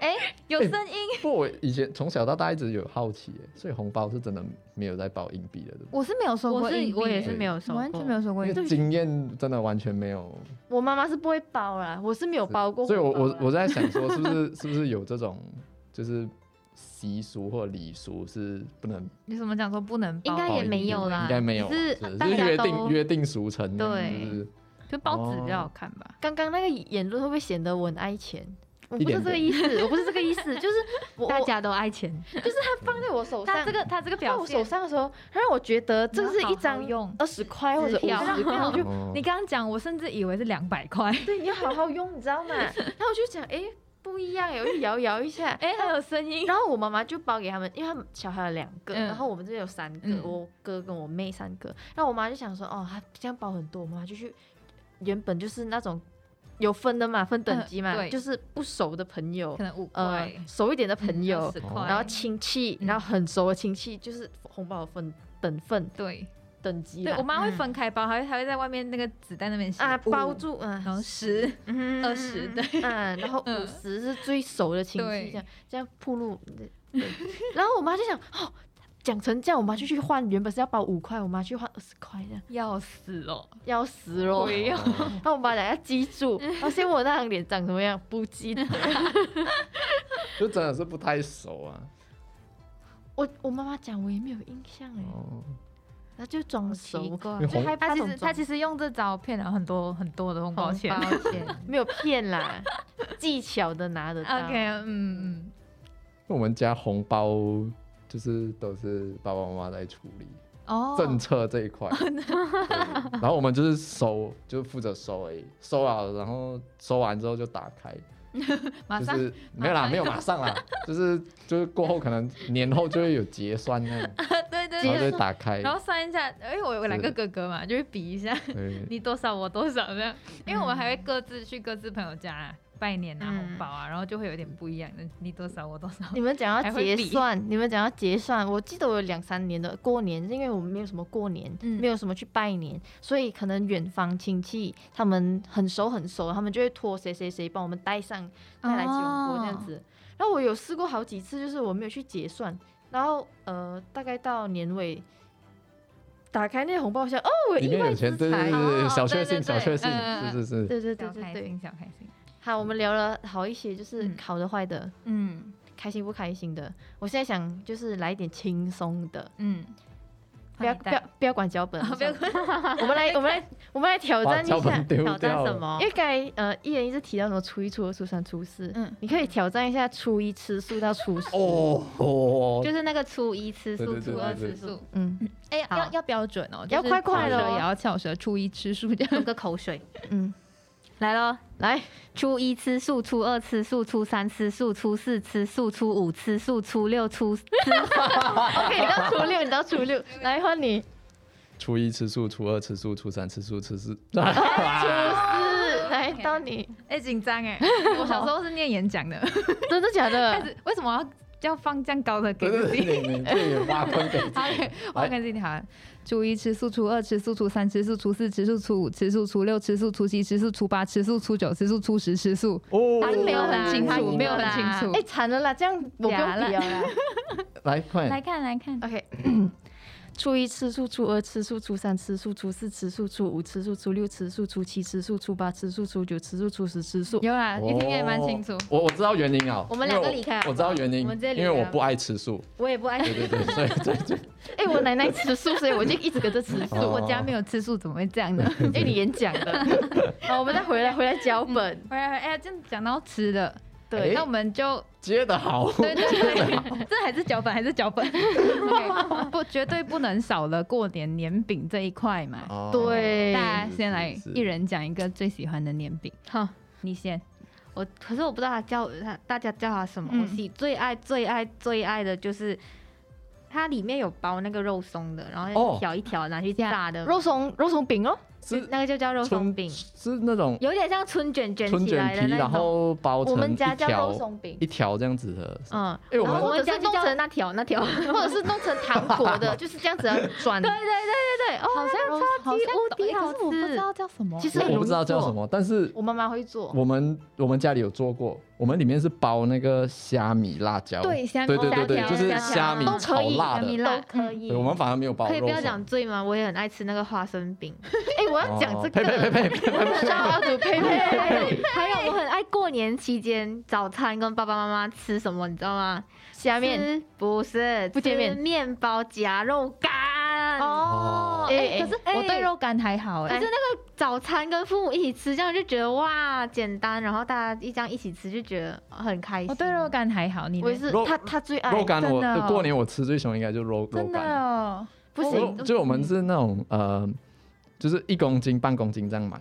Speaker 2: 哎，有声音。
Speaker 3: 不过我以前从小到大一直有好奇耶，所以红包是真的没有在包硬币的，对不
Speaker 2: 我是没有收
Speaker 4: 我
Speaker 2: 过硬币
Speaker 4: 是
Speaker 2: 耶，
Speaker 4: 我也是没有收过，
Speaker 2: 完全没有收过
Speaker 3: 对？
Speaker 2: 硬
Speaker 3: 因
Speaker 2: 币。
Speaker 3: 为经验真的完全没有，
Speaker 1: 我妈妈是不会包啦，我是没有包过
Speaker 3: 所
Speaker 1: 红
Speaker 3: 以
Speaker 1: 包
Speaker 3: 我
Speaker 1: 啦。
Speaker 3: 我我在想 说，是不是是不是有这种就是习俗或礼俗是不能
Speaker 2: 你怎么讲说不能包？
Speaker 4: 应该
Speaker 3: 包
Speaker 4: 也
Speaker 3: 硬
Speaker 4: 没
Speaker 3: 币
Speaker 4: 有
Speaker 3: 的
Speaker 4: 啦
Speaker 3: 应该没有啊，
Speaker 4: 只是
Speaker 3: 是
Speaker 4: 大
Speaker 3: 是
Speaker 4: 家
Speaker 3: 约
Speaker 4: 都
Speaker 3: 定约定俗成这样，
Speaker 4: 对
Speaker 3: 就是哦
Speaker 2: 就包纸比较好看吧。
Speaker 1: 刚刚那个言论会不会显得我很爱钱？我不是这个意思，我不是这个意 思，就是我
Speaker 4: 大
Speaker 1: 我
Speaker 4: 家都爱钱。
Speaker 1: 放在我手
Speaker 4: 他
Speaker 1: 上
Speaker 4: 这，个他这个
Speaker 1: 在
Speaker 4: 表
Speaker 1: 我手
Speaker 4: 现，
Speaker 1: 上的时候，它让我觉得这是一张
Speaker 2: 你要好好用
Speaker 1: 二十块或者
Speaker 4: 支
Speaker 1: 五十
Speaker 4: 票
Speaker 1: 块，我就
Speaker 3: 哦
Speaker 2: 你刚刚讲，我甚至以为是两百块。
Speaker 1: 对你要好好用，你知道 吗？然后我就想，哎，不一样耶，我就摇摇一下，
Speaker 2: 哎、还有声音。
Speaker 1: 然后我妈妈就包给他们，因为他们小孩有两个，
Speaker 2: 嗯
Speaker 1: 然后我们这边有三个，
Speaker 2: 嗯
Speaker 1: 我哥跟我妹三个。然后我妈就想说，哦，她这样包很多，我妈就去原本就是那种有分的嘛，分等级嘛，
Speaker 2: 嗯对
Speaker 1: 就是不熟的朋友
Speaker 2: 可，能五
Speaker 1: 呃
Speaker 2: 块，，
Speaker 1: 熟一点的朋友，
Speaker 2: 十
Speaker 3: 块
Speaker 2: 块，
Speaker 1: 然后亲戚，
Speaker 2: 嗯
Speaker 1: 然后很熟的亲戚，就是红包分等份
Speaker 2: 对
Speaker 1: 等级
Speaker 2: 对
Speaker 1: 啦，
Speaker 2: 我妈会分开包，还会还会在外面那个纸袋那边写
Speaker 1: 啊
Speaker 2: 五
Speaker 1: 包，住啊
Speaker 2: 然后十
Speaker 4: 嗯
Speaker 2: 二十，对，
Speaker 1: 嗯，然后
Speaker 2: 嗯
Speaker 1: 五十是最熟的亲戚，
Speaker 2: 对
Speaker 1: 这样这样铺路。对然后我妈就想，哦，讲成这样，我妈就去换，原本是要包五块，我妈去换二十块，这样
Speaker 2: 要死哦，
Speaker 1: 要死咯。
Speaker 2: 对
Speaker 1: 然
Speaker 3: 哦
Speaker 1: 后我妈讲要记住，然后现在我那张脸长什么样不记得。
Speaker 3: 就真的是不太熟啊。
Speaker 1: 我我妈妈讲我也没有印象哎，
Speaker 3: 哦，
Speaker 1: 然后就装
Speaker 4: 好奇
Speaker 1: 熟，
Speaker 4: 怪
Speaker 3: 因为
Speaker 1: 就
Speaker 3: 红
Speaker 1: 害
Speaker 2: 他
Speaker 1: 怕
Speaker 2: 其
Speaker 1: 这
Speaker 2: 实他
Speaker 1: 种装
Speaker 2: 其实用这招骗了很多很多的红包钱。
Speaker 4: 红包钱
Speaker 1: 没有骗啦，技巧的拿得到。
Speaker 2: OK，嗯嗯，
Speaker 3: 我们家红包就是都是爸爸妈妈在处理
Speaker 2: 哦，
Speaker 3: 政策这一块，对然后我们就是收，就负责收而已，收了，然后收完之后就打开，
Speaker 2: 马
Speaker 3: 就
Speaker 2: 上
Speaker 3: 是没有啦，
Speaker 2: 马上
Speaker 3: 没有马上啦， 就是就是过后可能年后就会有结算那样，
Speaker 2: 对 对
Speaker 3: 然后
Speaker 2: 对，
Speaker 3: 再打开
Speaker 2: 然，后算一下，因为我有两个哥哥嘛，就会比一下
Speaker 3: 对，
Speaker 2: 你多少我多少这样，因为我们还会各自去各自朋友家拜年拿
Speaker 4: 嗯
Speaker 2: 红包啊，然后就会有点不一样的，你多少我多少。
Speaker 1: 你们讲
Speaker 2: 还
Speaker 1: 要
Speaker 2: 会
Speaker 1: 结
Speaker 2: 比
Speaker 1: 算，你们讲要结算，我记得我有两三年的过年，因为我们没有什么过年，
Speaker 2: 嗯
Speaker 1: 没有什么去拜年，所以可能远方亲戚他们很熟很熟，他们就会托谁谁谁帮我们带上带来吉隆坡这样
Speaker 2: 哦
Speaker 1: 子。然后我有试过好几次，就是我没有去结算，然后呃，大概到年尾打开那个红包箱，哦，我
Speaker 3: 里
Speaker 1: 意
Speaker 3: 面
Speaker 1: 外
Speaker 3: 有
Speaker 1: 之
Speaker 3: 钱，对
Speaker 1: 财
Speaker 3: 对对，
Speaker 2: 哦
Speaker 3: 对
Speaker 2: 对
Speaker 3: 小确
Speaker 2: 对
Speaker 3: 幸，小
Speaker 2: 对
Speaker 3: 确幸，
Speaker 2: 嗯嗯
Speaker 3: 是是是，
Speaker 1: 对对对
Speaker 2: 小
Speaker 1: 对
Speaker 2: 开
Speaker 1: 对。
Speaker 2: 心，小开心。
Speaker 1: 好，我们聊了好一些，就是
Speaker 2: 嗯
Speaker 1: 好的坏的，
Speaker 2: 嗯
Speaker 1: 开心不开心的。我现在想就是来一点轻松的。
Speaker 2: 嗯，
Speaker 1: 不要不要不要管脚本，
Speaker 2: 哦不要
Speaker 1: 算了我们来我们来我们来挑
Speaker 3: 把
Speaker 1: 战一下
Speaker 3: 脚，本丢
Speaker 4: 挑战
Speaker 3: 掉
Speaker 4: 什
Speaker 3: 了。
Speaker 4: 么
Speaker 1: 因？为刚才呃一人一直提到什么初一、初二、初三、初四，
Speaker 2: 嗯
Speaker 1: 你可以挑战一下初一吃素到初十，
Speaker 3: 哦哦，
Speaker 4: 就是那个初一吃
Speaker 3: 对
Speaker 4: 素，
Speaker 3: 对对
Speaker 4: 初二
Speaker 3: 对
Speaker 4: 吃
Speaker 3: 对
Speaker 4: 素，
Speaker 1: 嗯
Speaker 2: 哎，
Speaker 1: 好
Speaker 2: 要要标准哦，
Speaker 1: 要
Speaker 2: 就是
Speaker 1: 快快
Speaker 2: 翘
Speaker 1: 咯
Speaker 2: 舌也要翘舌，初一吃素这
Speaker 4: 吞
Speaker 2: 样。
Speaker 4: 个口水。
Speaker 1: 嗯，
Speaker 4: 来咯，
Speaker 1: 来，
Speaker 4: 初一吃素，初二吃素，初三吃素，初四吃素，初五吃素，初六初
Speaker 1: OK，你到初六，你到初六，来换你，
Speaker 3: 初一吃素，初二吃素，初三吃素，吃四。
Speaker 1: 初四，来
Speaker 2: OK
Speaker 1: 到你，
Speaker 2: 哎，紧张 哎，我小时候是念演讲的，
Speaker 1: 真的假
Speaker 2: 但
Speaker 1: 的？
Speaker 2: 是 为什么要要放这样高的给
Speaker 3: 对
Speaker 2: 自
Speaker 3: 对
Speaker 2: 己？
Speaker 3: 对，你这也挖坑给自
Speaker 2: 好，
Speaker 3: 己。
Speaker 2: 我跟自己谈。初一吃素，初二吃素，初三吃素，初四吃素，初五吃素，初六吃素，初七吃素，初八吃素，初九吃素，初十吃素。
Speaker 3: 哦，
Speaker 2: 还是没有很清
Speaker 4: 还
Speaker 2: 楚，没有很
Speaker 4: 啦
Speaker 2: 清楚
Speaker 1: 哎，。惨了啦，这样我不用
Speaker 4: 假了
Speaker 1: 比了啦。
Speaker 3: 来快
Speaker 2: 哎来
Speaker 3: 点，
Speaker 2: 看来看，
Speaker 1: OK，初一吃素，初二吃素，初三吃素，初四吃素，初五吃素，初六吃素，初七吃素，初八吃素，初九吃素，初十吃素。
Speaker 2: 有啦，一听也蛮清楚
Speaker 3: 哦。我我知道原因啊，
Speaker 4: 我们两个
Speaker 3: 因为
Speaker 4: 离开好不好
Speaker 3: 我知道原因，
Speaker 4: 我们直接离
Speaker 3: 因
Speaker 4: 开
Speaker 3: 为我不爱吃素。
Speaker 4: 我也不爱
Speaker 3: 对对对，所以对对
Speaker 1: 哎、我奶奶吃素，所以我就一直跟着吃素。
Speaker 3: 哦
Speaker 2: 我家没有吃素，怎么会这 样呢？
Speaker 1: 哎、你演讲的，好，我们再回来回来脚本。
Speaker 2: 回来，哎，这样讲到吃的，
Speaker 3: 哎
Speaker 1: 对
Speaker 2: 那我们就
Speaker 3: 接的好。
Speaker 2: 对对对， 这还是脚本，还是脚 本。OK，不，绝对不能少了过年年饼这一块嘛。
Speaker 3: 哦
Speaker 1: 对
Speaker 2: 大家先来
Speaker 3: 是是是
Speaker 2: 一人讲一个最喜欢的年饼，
Speaker 4: 好。
Speaker 2: 你先。
Speaker 4: 我可是我不知道他叫他大家叫他什么，
Speaker 2: 嗯
Speaker 4: 我喜最爱最爱最爱的就是它里面有包那个肉松的，然后
Speaker 3: 哦
Speaker 4: 一条一条拿去炸的，
Speaker 1: 肉松肉松饼哦，
Speaker 3: 是
Speaker 4: 那个就叫肉松
Speaker 3: 春
Speaker 4: 饼，
Speaker 3: 是那种
Speaker 4: 有点像春卷卷
Speaker 3: 春
Speaker 4: 起
Speaker 3: 卷
Speaker 4: 来的
Speaker 3: 皮，
Speaker 4: 那
Speaker 3: 然
Speaker 4: 种。
Speaker 3: 后包
Speaker 1: 我
Speaker 3: 成
Speaker 1: 们
Speaker 3: 一
Speaker 1: 家叫肉
Speaker 3: 条
Speaker 1: 松饼，
Speaker 3: 一条这样子的。
Speaker 4: 嗯，
Speaker 3: 因为我
Speaker 4: 然后
Speaker 3: 们
Speaker 4: 我
Speaker 1: 或
Speaker 4: 们
Speaker 1: 者
Speaker 4: 家
Speaker 1: 是
Speaker 4: 就
Speaker 1: 弄
Speaker 4: 叫
Speaker 1: 成
Speaker 4: 那条那条，
Speaker 1: 或者是弄成糖果 的，就是这样子要转。
Speaker 4: 对对对对对，哦，
Speaker 2: 好像
Speaker 4: 肉
Speaker 2: 超级无敌好
Speaker 4: 好
Speaker 2: 吃，
Speaker 4: 吃
Speaker 2: 可是我不知道叫什么。
Speaker 1: 其实很
Speaker 3: 我
Speaker 1: 容
Speaker 3: 不
Speaker 1: 易
Speaker 3: 知道叫
Speaker 1: 做
Speaker 3: 什，么，但是
Speaker 1: 我妈妈会做。
Speaker 3: 我们我们家里有做过，我们里面是包那个虾米辣椒，
Speaker 2: 对虾米
Speaker 3: 哦对对对对
Speaker 4: 虾条
Speaker 3: 就是
Speaker 4: 虾条
Speaker 3: 虾米
Speaker 1: 都可
Speaker 3: 炒
Speaker 1: 以
Speaker 3: 辣
Speaker 2: 虾米
Speaker 3: 的，
Speaker 2: 辣
Speaker 1: 都可以
Speaker 3: 对，。我们反而没有包肉
Speaker 4: 可以不要
Speaker 3: 松
Speaker 4: 讲醉吗？我也很爱吃那个花生 饼，
Speaker 1: 哎、我要讲这
Speaker 3: 哦 呸呸
Speaker 1: 个，
Speaker 3: 呸呸呸
Speaker 1: 知道要煮佩佩
Speaker 4: 还有我很爱过年期间早餐跟爸爸妈妈吃什么，你知道吗？
Speaker 1: 下面
Speaker 4: 吃不是
Speaker 1: 不见面
Speaker 4: 吃面包夹肉干，
Speaker 1: 哦
Speaker 3: 哦，
Speaker 1: 哎、
Speaker 4: 哦
Speaker 2: 哎、可是我对肉干还好哎、
Speaker 1: 哎
Speaker 2: 就是那
Speaker 4: 早餐跟父母一起吃，这样就觉得哇简单，然后大家一这样一起吃就觉得很开心。
Speaker 2: 我对肉干还好，你呢
Speaker 1: 我也是，
Speaker 3: 肉
Speaker 1: 他他最爱
Speaker 3: 肉干
Speaker 2: 真
Speaker 3: 我
Speaker 2: 的哦
Speaker 3: 过年我吃最喜欢应该就是肉肉
Speaker 2: 真的
Speaker 3: 干，
Speaker 2: 哦，
Speaker 1: 不
Speaker 3: 我
Speaker 1: 行，
Speaker 3: 就我们是那种呃，就是一公斤半公斤这样买，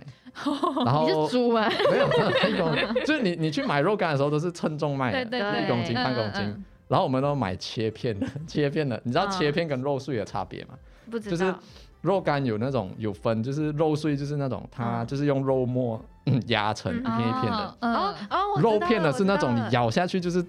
Speaker 3: 然后
Speaker 1: 你是猪啊？
Speaker 3: 没有真的一公，就是你你去买肉干的时候都是称重卖
Speaker 2: 对
Speaker 3: 的，
Speaker 2: 对对，
Speaker 3: 一公斤
Speaker 2: 嗯
Speaker 3: 半公斤。
Speaker 2: 嗯
Speaker 3: 然后我们都买切片的，切片的，你知道切片跟肉碎的差别吗？
Speaker 4: 不知
Speaker 3: 就
Speaker 4: 道，
Speaker 3: 是肉干有那种有分，就是肉碎就是那种它
Speaker 4: 嗯
Speaker 3: 就是用肉末嗯压成一
Speaker 4: 嗯
Speaker 3: 片一片的，，
Speaker 2: 嗯
Speaker 4: 哦哦，我知道
Speaker 3: 肉片
Speaker 4: 了
Speaker 3: 的
Speaker 4: 我
Speaker 3: 是
Speaker 4: 知
Speaker 3: 那
Speaker 4: 道
Speaker 3: 种
Speaker 4: 了
Speaker 3: 你咬下去就是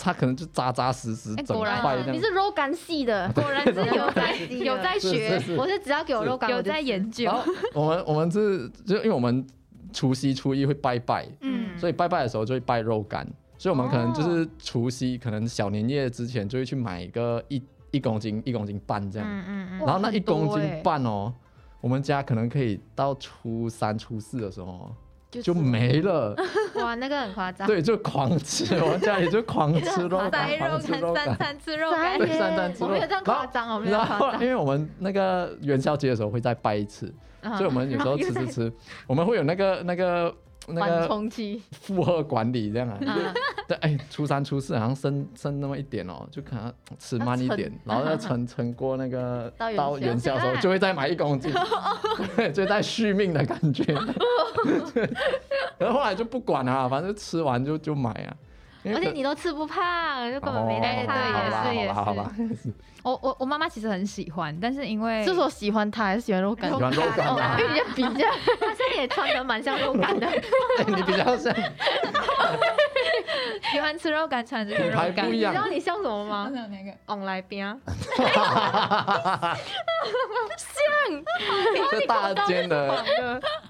Speaker 3: 它可能就扎扎实实
Speaker 2: 哎
Speaker 3: 整
Speaker 2: 果然
Speaker 3: 块
Speaker 4: 啊
Speaker 3: 这
Speaker 1: 你
Speaker 3: 样。
Speaker 1: 是肉干系 的，
Speaker 4: 果然是有在有在
Speaker 3: 是
Speaker 4: 学
Speaker 3: 是是，
Speaker 4: 我是只要给我
Speaker 3: 是
Speaker 4: 肉干，
Speaker 2: 有
Speaker 4: 我就
Speaker 2: 在
Speaker 4: 吃
Speaker 2: 研究
Speaker 3: 然，后我们我们是就因为我们除夕初一会拜拜，
Speaker 4: 嗯
Speaker 3: 所以拜拜的时候就会拜肉干，所以我们可能
Speaker 4: 哦
Speaker 3: 就是除夕可能小年夜之前就会去买一个一一公斤一公斤半这样。
Speaker 4: 嗯嗯嗯，
Speaker 3: 然后那
Speaker 2: 很
Speaker 3: 一公
Speaker 2: 多
Speaker 3: 斤
Speaker 2: 欸
Speaker 3: 半哦，我们家可能可以到初三、初四的时候哦
Speaker 1: 就
Speaker 3: 就没 了，
Speaker 4: 哇，那个很夸张，
Speaker 3: 对，就狂吃， 我们家里就狂吃肉
Speaker 4: 塞
Speaker 3: 干，
Speaker 4: 肉
Speaker 3: 狂吃肉
Speaker 4: 干三
Speaker 3: 干，
Speaker 4: 餐吃肉
Speaker 1: 三
Speaker 4: 干，
Speaker 3: 对，三餐吃
Speaker 4: 我
Speaker 3: 肉
Speaker 4: 没有这样
Speaker 3: 干。
Speaker 4: 夸张，我没有
Speaker 3: 然
Speaker 4: 夸
Speaker 3: 后，因 为我们那个元宵节的时候会再拜一次，
Speaker 4: 张，
Speaker 3: 所以我们有时候吃吃吃，我们会有那个那个那
Speaker 1: 缓
Speaker 3: 个
Speaker 1: 冲期，
Speaker 3: 负荷管理这样啊。
Speaker 4: 嗯
Speaker 3: 对，哎，初三初四好像剩剩那么一点哦，就可能吃慢一点，然后再撑撑过那个
Speaker 1: 到元宵
Speaker 3: 到元宵的时候，就会再买一公斤，对，就在续命的感觉。然后后来就不管了、啊反正吃完就就买啊。因为
Speaker 4: 而且
Speaker 3: 可
Speaker 4: 你都吃不胖，就根本没
Speaker 3: 哦
Speaker 4: 在
Speaker 3: 好吧
Speaker 4: 怕，
Speaker 2: 也是
Speaker 3: 好吧，好吧，好吧，
Speaker 2: 我我我妈妈其实很喜欢，但是因为
Speaker 1: 是说喜欢他还是喜欢肉干？
Speaker 3: 喜欢肉干
Speaker 1: 哦
Speaker 3: 啊，
Speaker 1: 因为人家比较
Speaker 4: 他现在也穿的蛮像肉干的，
Speaker 3: 哎你比较像
Speaker 2: 喜欢吃肉干，穿的就是
Speaker 3: 品
Speaker 2: 肉
Speaker 3: 牌
Speaker 2: 干
Speaker 3: 不一。
Speaker 4: 你知道
Speaker 3: 样，
Speaker 4: 你像什么吗？
Speaker 2: 那个
Speaker 4: 往来边，
Speaker 3: 这大间的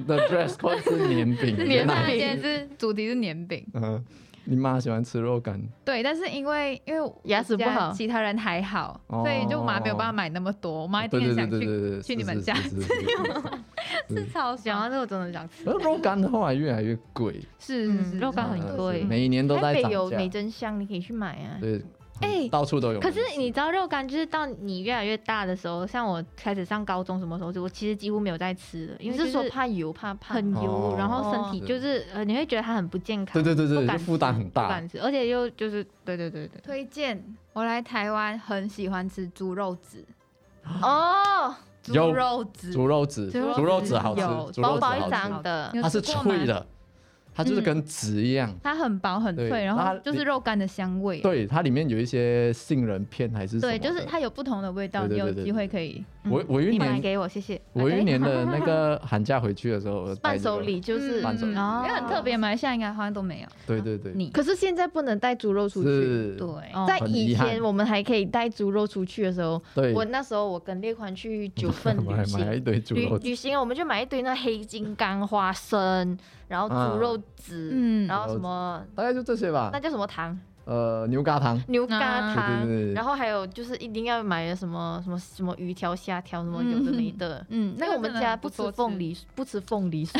Speaker 3: 的 dress code 是年饼，
Speaker 1: 年
Speaker 3: 原
Speaker 2: 那
Speaker 1: 饼
Speaker 3: 来
Speaker 2: 件是主题是年饼，
Speaker 3: 嗯，你妈喜欢吃肉干，
Speaker 2: 对，但是因为因为
Speaker 1: 牙齿不好，
Speaker 2: 其他人还好，
Speaker 3: 哦
Speaker 2: 所以就我妈没有办法买那么多，我妈一定
Speaker 3: 对对
Speaker 2: 很想
Speaker 3: 对对
Speaker 2: 去
Speaker 3: 对对，
Speaker 2: 去你
Speaker 3: 是
Speaker 2: 们
Speaker 3: 是
Speaker 2: 家
Speaker 3: 是是是是是
Speaker 2: 超
Speaker 4: 讲到这个我真的想吃
Speaker 3: 可，是肉干后来越来越贵，
Speaker 2: 是是是
Speaker 4: 嗯肉干很
Speaker 3: 嗯
Speaker 4: 贵
Speaker 3: 是每一年都
Speaker 1: 台
Speaker 3: 在
Speaker 1: 北
Speaker 3: 涨
Speaker 1: 有
Speaker 3: 价
Speaker 1: 美。珍香，你可以去买啊。
Speaker 3: 对，
Speaker 4: 哎
Speaker 3: 到处都有美
Speaker 4: 可
Speaker 3: 食。
Speaker 4: 是你知道肉干，就是到你越来越大的时候，像我开始上高中什么时候，我其实几乎没有在吃了，因
Speaker 1: 你
Speaker 4: 为就是
Speaker 1: 说
Speaker 4: 是
Speaker 1: 怕油怕胖？
Speaker 4: 很油
Speaker 3: 哦，
Speaker 4: 然后身体
Speaker 3: 是
Speaker 4: 就是呃，你会觉得它很不健康，
Speaker 3: 对对对对
Speaker 4: 不敢
Speaker 3: 就负担
Speaker 4: 吃
Speaker 3: 很大
Speaker 4: 不敢吃，而且又就是对对对对，
Speaker 2: 推荐我来台湾很喜欢吃猪肉子，
Speaker 1: 哦，
Speaker 3: 有
Speaker 2: 猪肉子
Speaker 3: 猪肉籽，
Speaker 2: 猪肉
Speaker 3: 猪肉籽好吃
Speaker 2: 有，
Speaker 3: 猪
Speaker 1: 薄
Speaker 3: 肉
Speaker 1: 薄
Speaker 3: 籽好
Speaker 1: 一
Speaker 3: 吃，
Speaker 1: 张的
Speaker 2: 有，
Speaker 3: 它是
Speaker 2: 吃过吗
Speaker 3: 脆的，它就是跟籽一样。
Speaker 2: 它很薄很脆，
Speaker 3: 对
Speaker 2: 然
Speaker 3: 那
Speaker 2: 后
Speaker 3: 它
Speaker 2: 就是肉干的香味。
Speaker 3: 对，它里面有一些杏仁片还是什么
Speaker 2: 对，
Speaker 3: 的。
Speaker 2: 就是它有不同的味道，你
Speaker 3: 对对对
Speaker 2: 有
Speaker 3: 对
Speaker 2: 机会可以。
Speaker 3: 我我有一
Speaker 4: 你买
Speaker 3: 年
Speaker 4: 给我，谢谢。
Speaker 3: 我有
Speaker 4: 哎
Speaker 3: 一年的那个寒假回去的时候，我带
Speaker 1: 伴
Speaker 3: 这个
Speaker 1: 手。礼就是
Speaker 3: 嗯。伴手礼
Speaker 2: 因为很
Speaker 4: 哦
Speaker 2: 特别，马来西亚应该好像都没有。
Speaker 3: 对对对，
Speaker 2: 你
Speaker 1: 可是现在不能带猪肉出去。
Speaker 3: 是，
Speaker 2: 对
Speaker 4: 哦
Speaker 1: 在
Speaker 3: 很
Speaker 1: 以
Speaker 3: 遗憾
Speaker 1: 前我们还可以带猪肉出去的时候，
Speaker 3: 对，
Speaker 1: 我那时候我跟列宽去九份旅
Speaker 3: 买 买了
Speaker 1: 行，
Speaker 3: 一堆猪
Speaker 1: 旅
Speaker 3: 肉籽，
Speaker 1: 旅行我们就买一堆那黑金刚花生，然后
Speaker 3: 啊
Speaker 1: 猪肉籽，
Speaker 2: 嗯，
Speaker 1: 然后什么
Speaker 3: 大概就这些吧
Speaker 1: 那。叫什么糖，
Speaker 3: 呃，牛轧糖，
Speaker 1: 牛轧
Speaker 2: 啊
Speaker 1: 糖
Speaker 3: 对对对，对
Speaker 1: 然后还有就是一定要买的什么什么什么鱼条、虾条什么有的没的。
Speaker 2: 嗯，
Speaker 1: 那
Speaker 2: 那个
Speaker 1: 个我们家不吃凤
Speaker 2: 梨，
Speaker 1: 梨，不吃凤梨酥，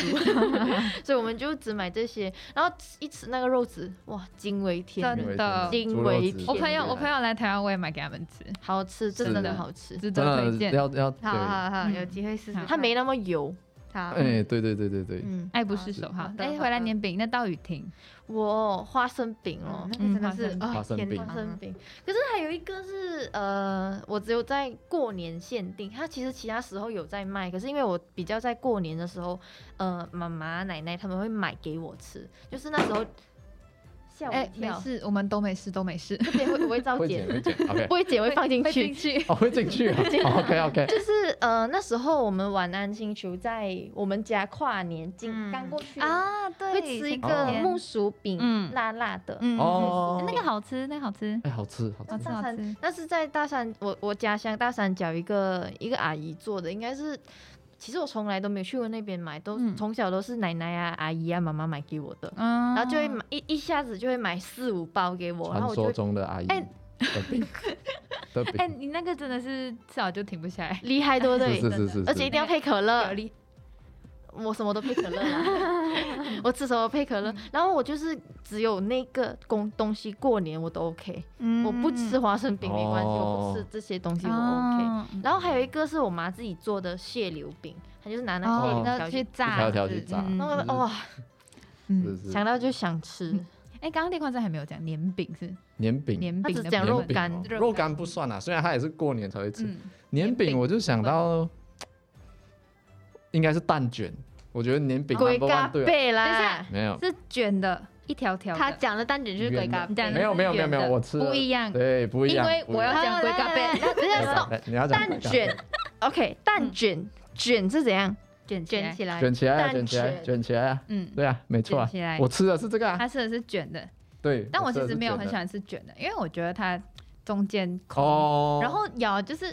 Speaker 1: 所以我们就只买这些。然后一吃那个肉籽，哇，惊为天人，
Speaker 2: 真的
Speaker 1: 惊为天人。
Speaker 3: 猪
Speaker 2: 我
Speaker 3: 肉
Speaker 2: 朋友
Speaker 3: 对
Speaker 2: 我朋友来台湾，我也买给他们吃，
Speaker 1: 好吃，真
Speaker 3: 是
Speaker 1: 的
Speaker 3: 的
Speaker 1: 很好吃。
Speaker 2: 值
Speaker 3: 真
Speaker 2: 得推
Speaker 3: 的
Speaker 2: 荐。
Speaker 3: 要要
Speaker 4: 好
Speaker 3: 对。
Speaker 4: 好好，
Speaker 2: 嗯
Speaker 4: 有机会试试看。
Speaker 1: 它没那么油，
Speaker 4: 好，
Speaker 3: 哎，对对对对对，
Speaker 1: 嗯，
Speaker 2: 爱不释手哈
Speaker 4: 好，的
Speaker 2: 哎
Speaker 4: 好，的
Speaker 2: 回来年饼那到雨婷，
Speaker 1: 我花生饼哦
Speaker 4: 哦，，那个真的是
Speaker 2: 嗯
Speaker 4: 哦
Speaker 3: 花生
Speaker 4: 天
Speaker 3: 饼
Speaker 4: 哪
Speaker 1: 花生饼。可是还有一个是呃，我只有在过年限定，它其实其他时候有在卖，可是因为我比较在过年的时候，呃，妈妈奶奶他们会买给我吃，就是那时候吓我一
Speaker 2: 哎，没
Speaker 1: 跳，
Speaker 2: 事，我们都没事，都没 事，
Speaker 1: 这边会我会照
Speaker 3: 会剪
Speaker 1: 剪，
Speaker 3: 会剪，OK
Speaker 1: 不。会剪会放进
Speaker 2: 会
Speaker 1: 去
Speaker 2: 进。去。
Speaker 3: 哦，会进去啊，OK OK，
Speaker 1: 就是呃，那时候我们晚安星球在我们家跨年进
Speaker 4: 嗯
Speaker 1: 刚过去，
Speaker 2: 啊，对
Speaker 1: 会吃一
Speaker 3: 前
Speaker 1: 个
Speaker 3: 几天
Speaker 1: 木薯饼，
Speaker 2: 嗯
Speaker 1: 辣辣的，
Speaker 2: 嗯
Speaker 3: 哦
Speaker 2: 那个好吃，那个好吃，
Speaker 3: 哎，好吃好
Speaker 2: 好
Speaker 3: 吃
Speaker 2: 吃，好
Speaker 1: 大
Speaker 2: 吃。
Speaker 1: 那是在大三，我我家乡大三角一个一个阿姨做的，应该是。其实我从来都没有去过那边买，都
Speaker 2: 嗯
Speaker 1: 从小都是奶奶啊、阿姨啊、妈妈买给我的，
Speaker 2: 嗯
Speaker 1: 然后就会买一一下子就会买四五包给我，然后
Speaker 3: 啊
Speaker 1: 我
Speaker 3: 传
Speaker 1: 就
Speaker 3: 说
Speaker 1: 会
Speaker 3: 中的阿姨
Speaker 2: 哎
Speaker 3: 的饼的
Speaker 2: 哎，
Speaker 3: 饼，
Speaker 2: 你那个真的是吃好就停不下来，
Speaker 1: 厉害，对不对？
Speaker 3: 是是是是
Speaker 1: 而且一
Speaker 3: 是，
Speaker 1: 定要配可乐
Speaker 2: 有，力
Speaker 1: 我什么都配可乐啦， 我吃什么配可乐，
Speaker 3: 嗯
Speaker 1: 然后我就是只有那个东东西过年我都 OK，、
Speaker 2: 嗯
Speaker 1: 我不吃花生饼没关系，我不
Speaker 3: 哦
Speaker 1: 吃这些东西我 OK，、
Speaker 2: 哦
Speaker 1: 然后还有一个是我妈自己做的蟹柳饼，她就是拿那蟹
Speaker 2: 哦
Speaker 1: 柳，
Speaker 2: 然
Speaker 1: 条
Speaker 2: 后去
Speaker 1: 去，
Speaker 2: 炸，
Speaker 3: 一条一条去炸
Speaker 2: 嗯
Speaker 1: 那个
Speaker 3: 嗯
Speaker 1: 哇，
Speaker 3: 是
Speaker 2: 嗯，
Speaker 3: 是
Speaker 1: 想到就想吃。
Speaker 2: 哎，刚刚电话站还没有讲年饼是
Speaker 3: 年饼，
Speaker 2: 年饼
Speaker 1: 他
Speaker 2: 的
Speaker 1: 只
Speaker 2: 部
Speaker 1: 讲
Speaker 2: 分
Speaker 1: 肉
Speaker 3: 年饼
Speaker 1: 干
Speaker 3: 哦
Speaker 2: 肉
Speaker 3: 肉
Speaker 2: 干
Speaker 3: 干不算啦，虽然它也是过年才会吃。
Speaker 2: 嗯，
Speaker 3: 年
Speaker 2: 年
Speaker 3: 饼
Speaker 2: 饼
Speaker 3: 我就想到，应该是蛋卷，我觉得年饼
Speaker 1: 鬼
Speaker 3: number
Speaker 1: 嘎
Speaker 3: one 对啊，
Speaker 1: 贝
Speaker 2: 等一
Speaker 1: 啦
Speaker 2: 下，
Speaker 3: 没有，
Speaker 2: 是卷的，一条条的。
Speaker 4: 他讲的单点就是鬼嘎
Speaker 2: 你讲的
Speaker 3: 没有
Speaker 2: 是
Speaker 3: 没有没有没有
Speaker 2: 圆的
Speaker 3: 我吃了
Speaker 2: 不一样，
Speaker 3: 对，不一
Speaker 2: 因
Speaker 3: 样，
Speaker 2: 为我要
Speaker 4: 样
Speaker 2: 讲
Speaker 4: 好
Speaker 2: 龟嘎
Speaker 4: 来来
Speaker 2: 贝，
Speaker 4: 来
Speaker 1: 等一下
Speaker 3: 要你要讲
Speaker 1: 蛋卷，OK，蛋卷卷是怎样？
Speaker 2: 卷
Speaker 4: 卷起
Speaker 2: 来，
Speaker 4: 来，
Speaker 3: 卷起来啊，
Speaker 1: 蛋
Speaker 3: 卷起来，
Speaker 1: 卷
Speaker 3: 卷起来啊，
Speaker 2: 嗯，
Speaker 3: 对啊，没错啊
Speaker 2: 卷起来，
Speaker 3: 我吃的是这个啊，
Speaker 2: 它吃的是卷的，
Speaker 3: 对，
Speaker 2: 但我
Speaker 3: 吃
Speaker 2: 其
Speaker 3: 的
Speaker 2: 实
Speaker 3: 是
Speaker 2: 没有
Speaker 3: 卷
Speaker 2: 很
Speaker 3: 的
Speaker 2: 喜欢吃卷的，因为我觉得它中间空，
Speaker 3: 哦，
Speaker 2: 然后咬就是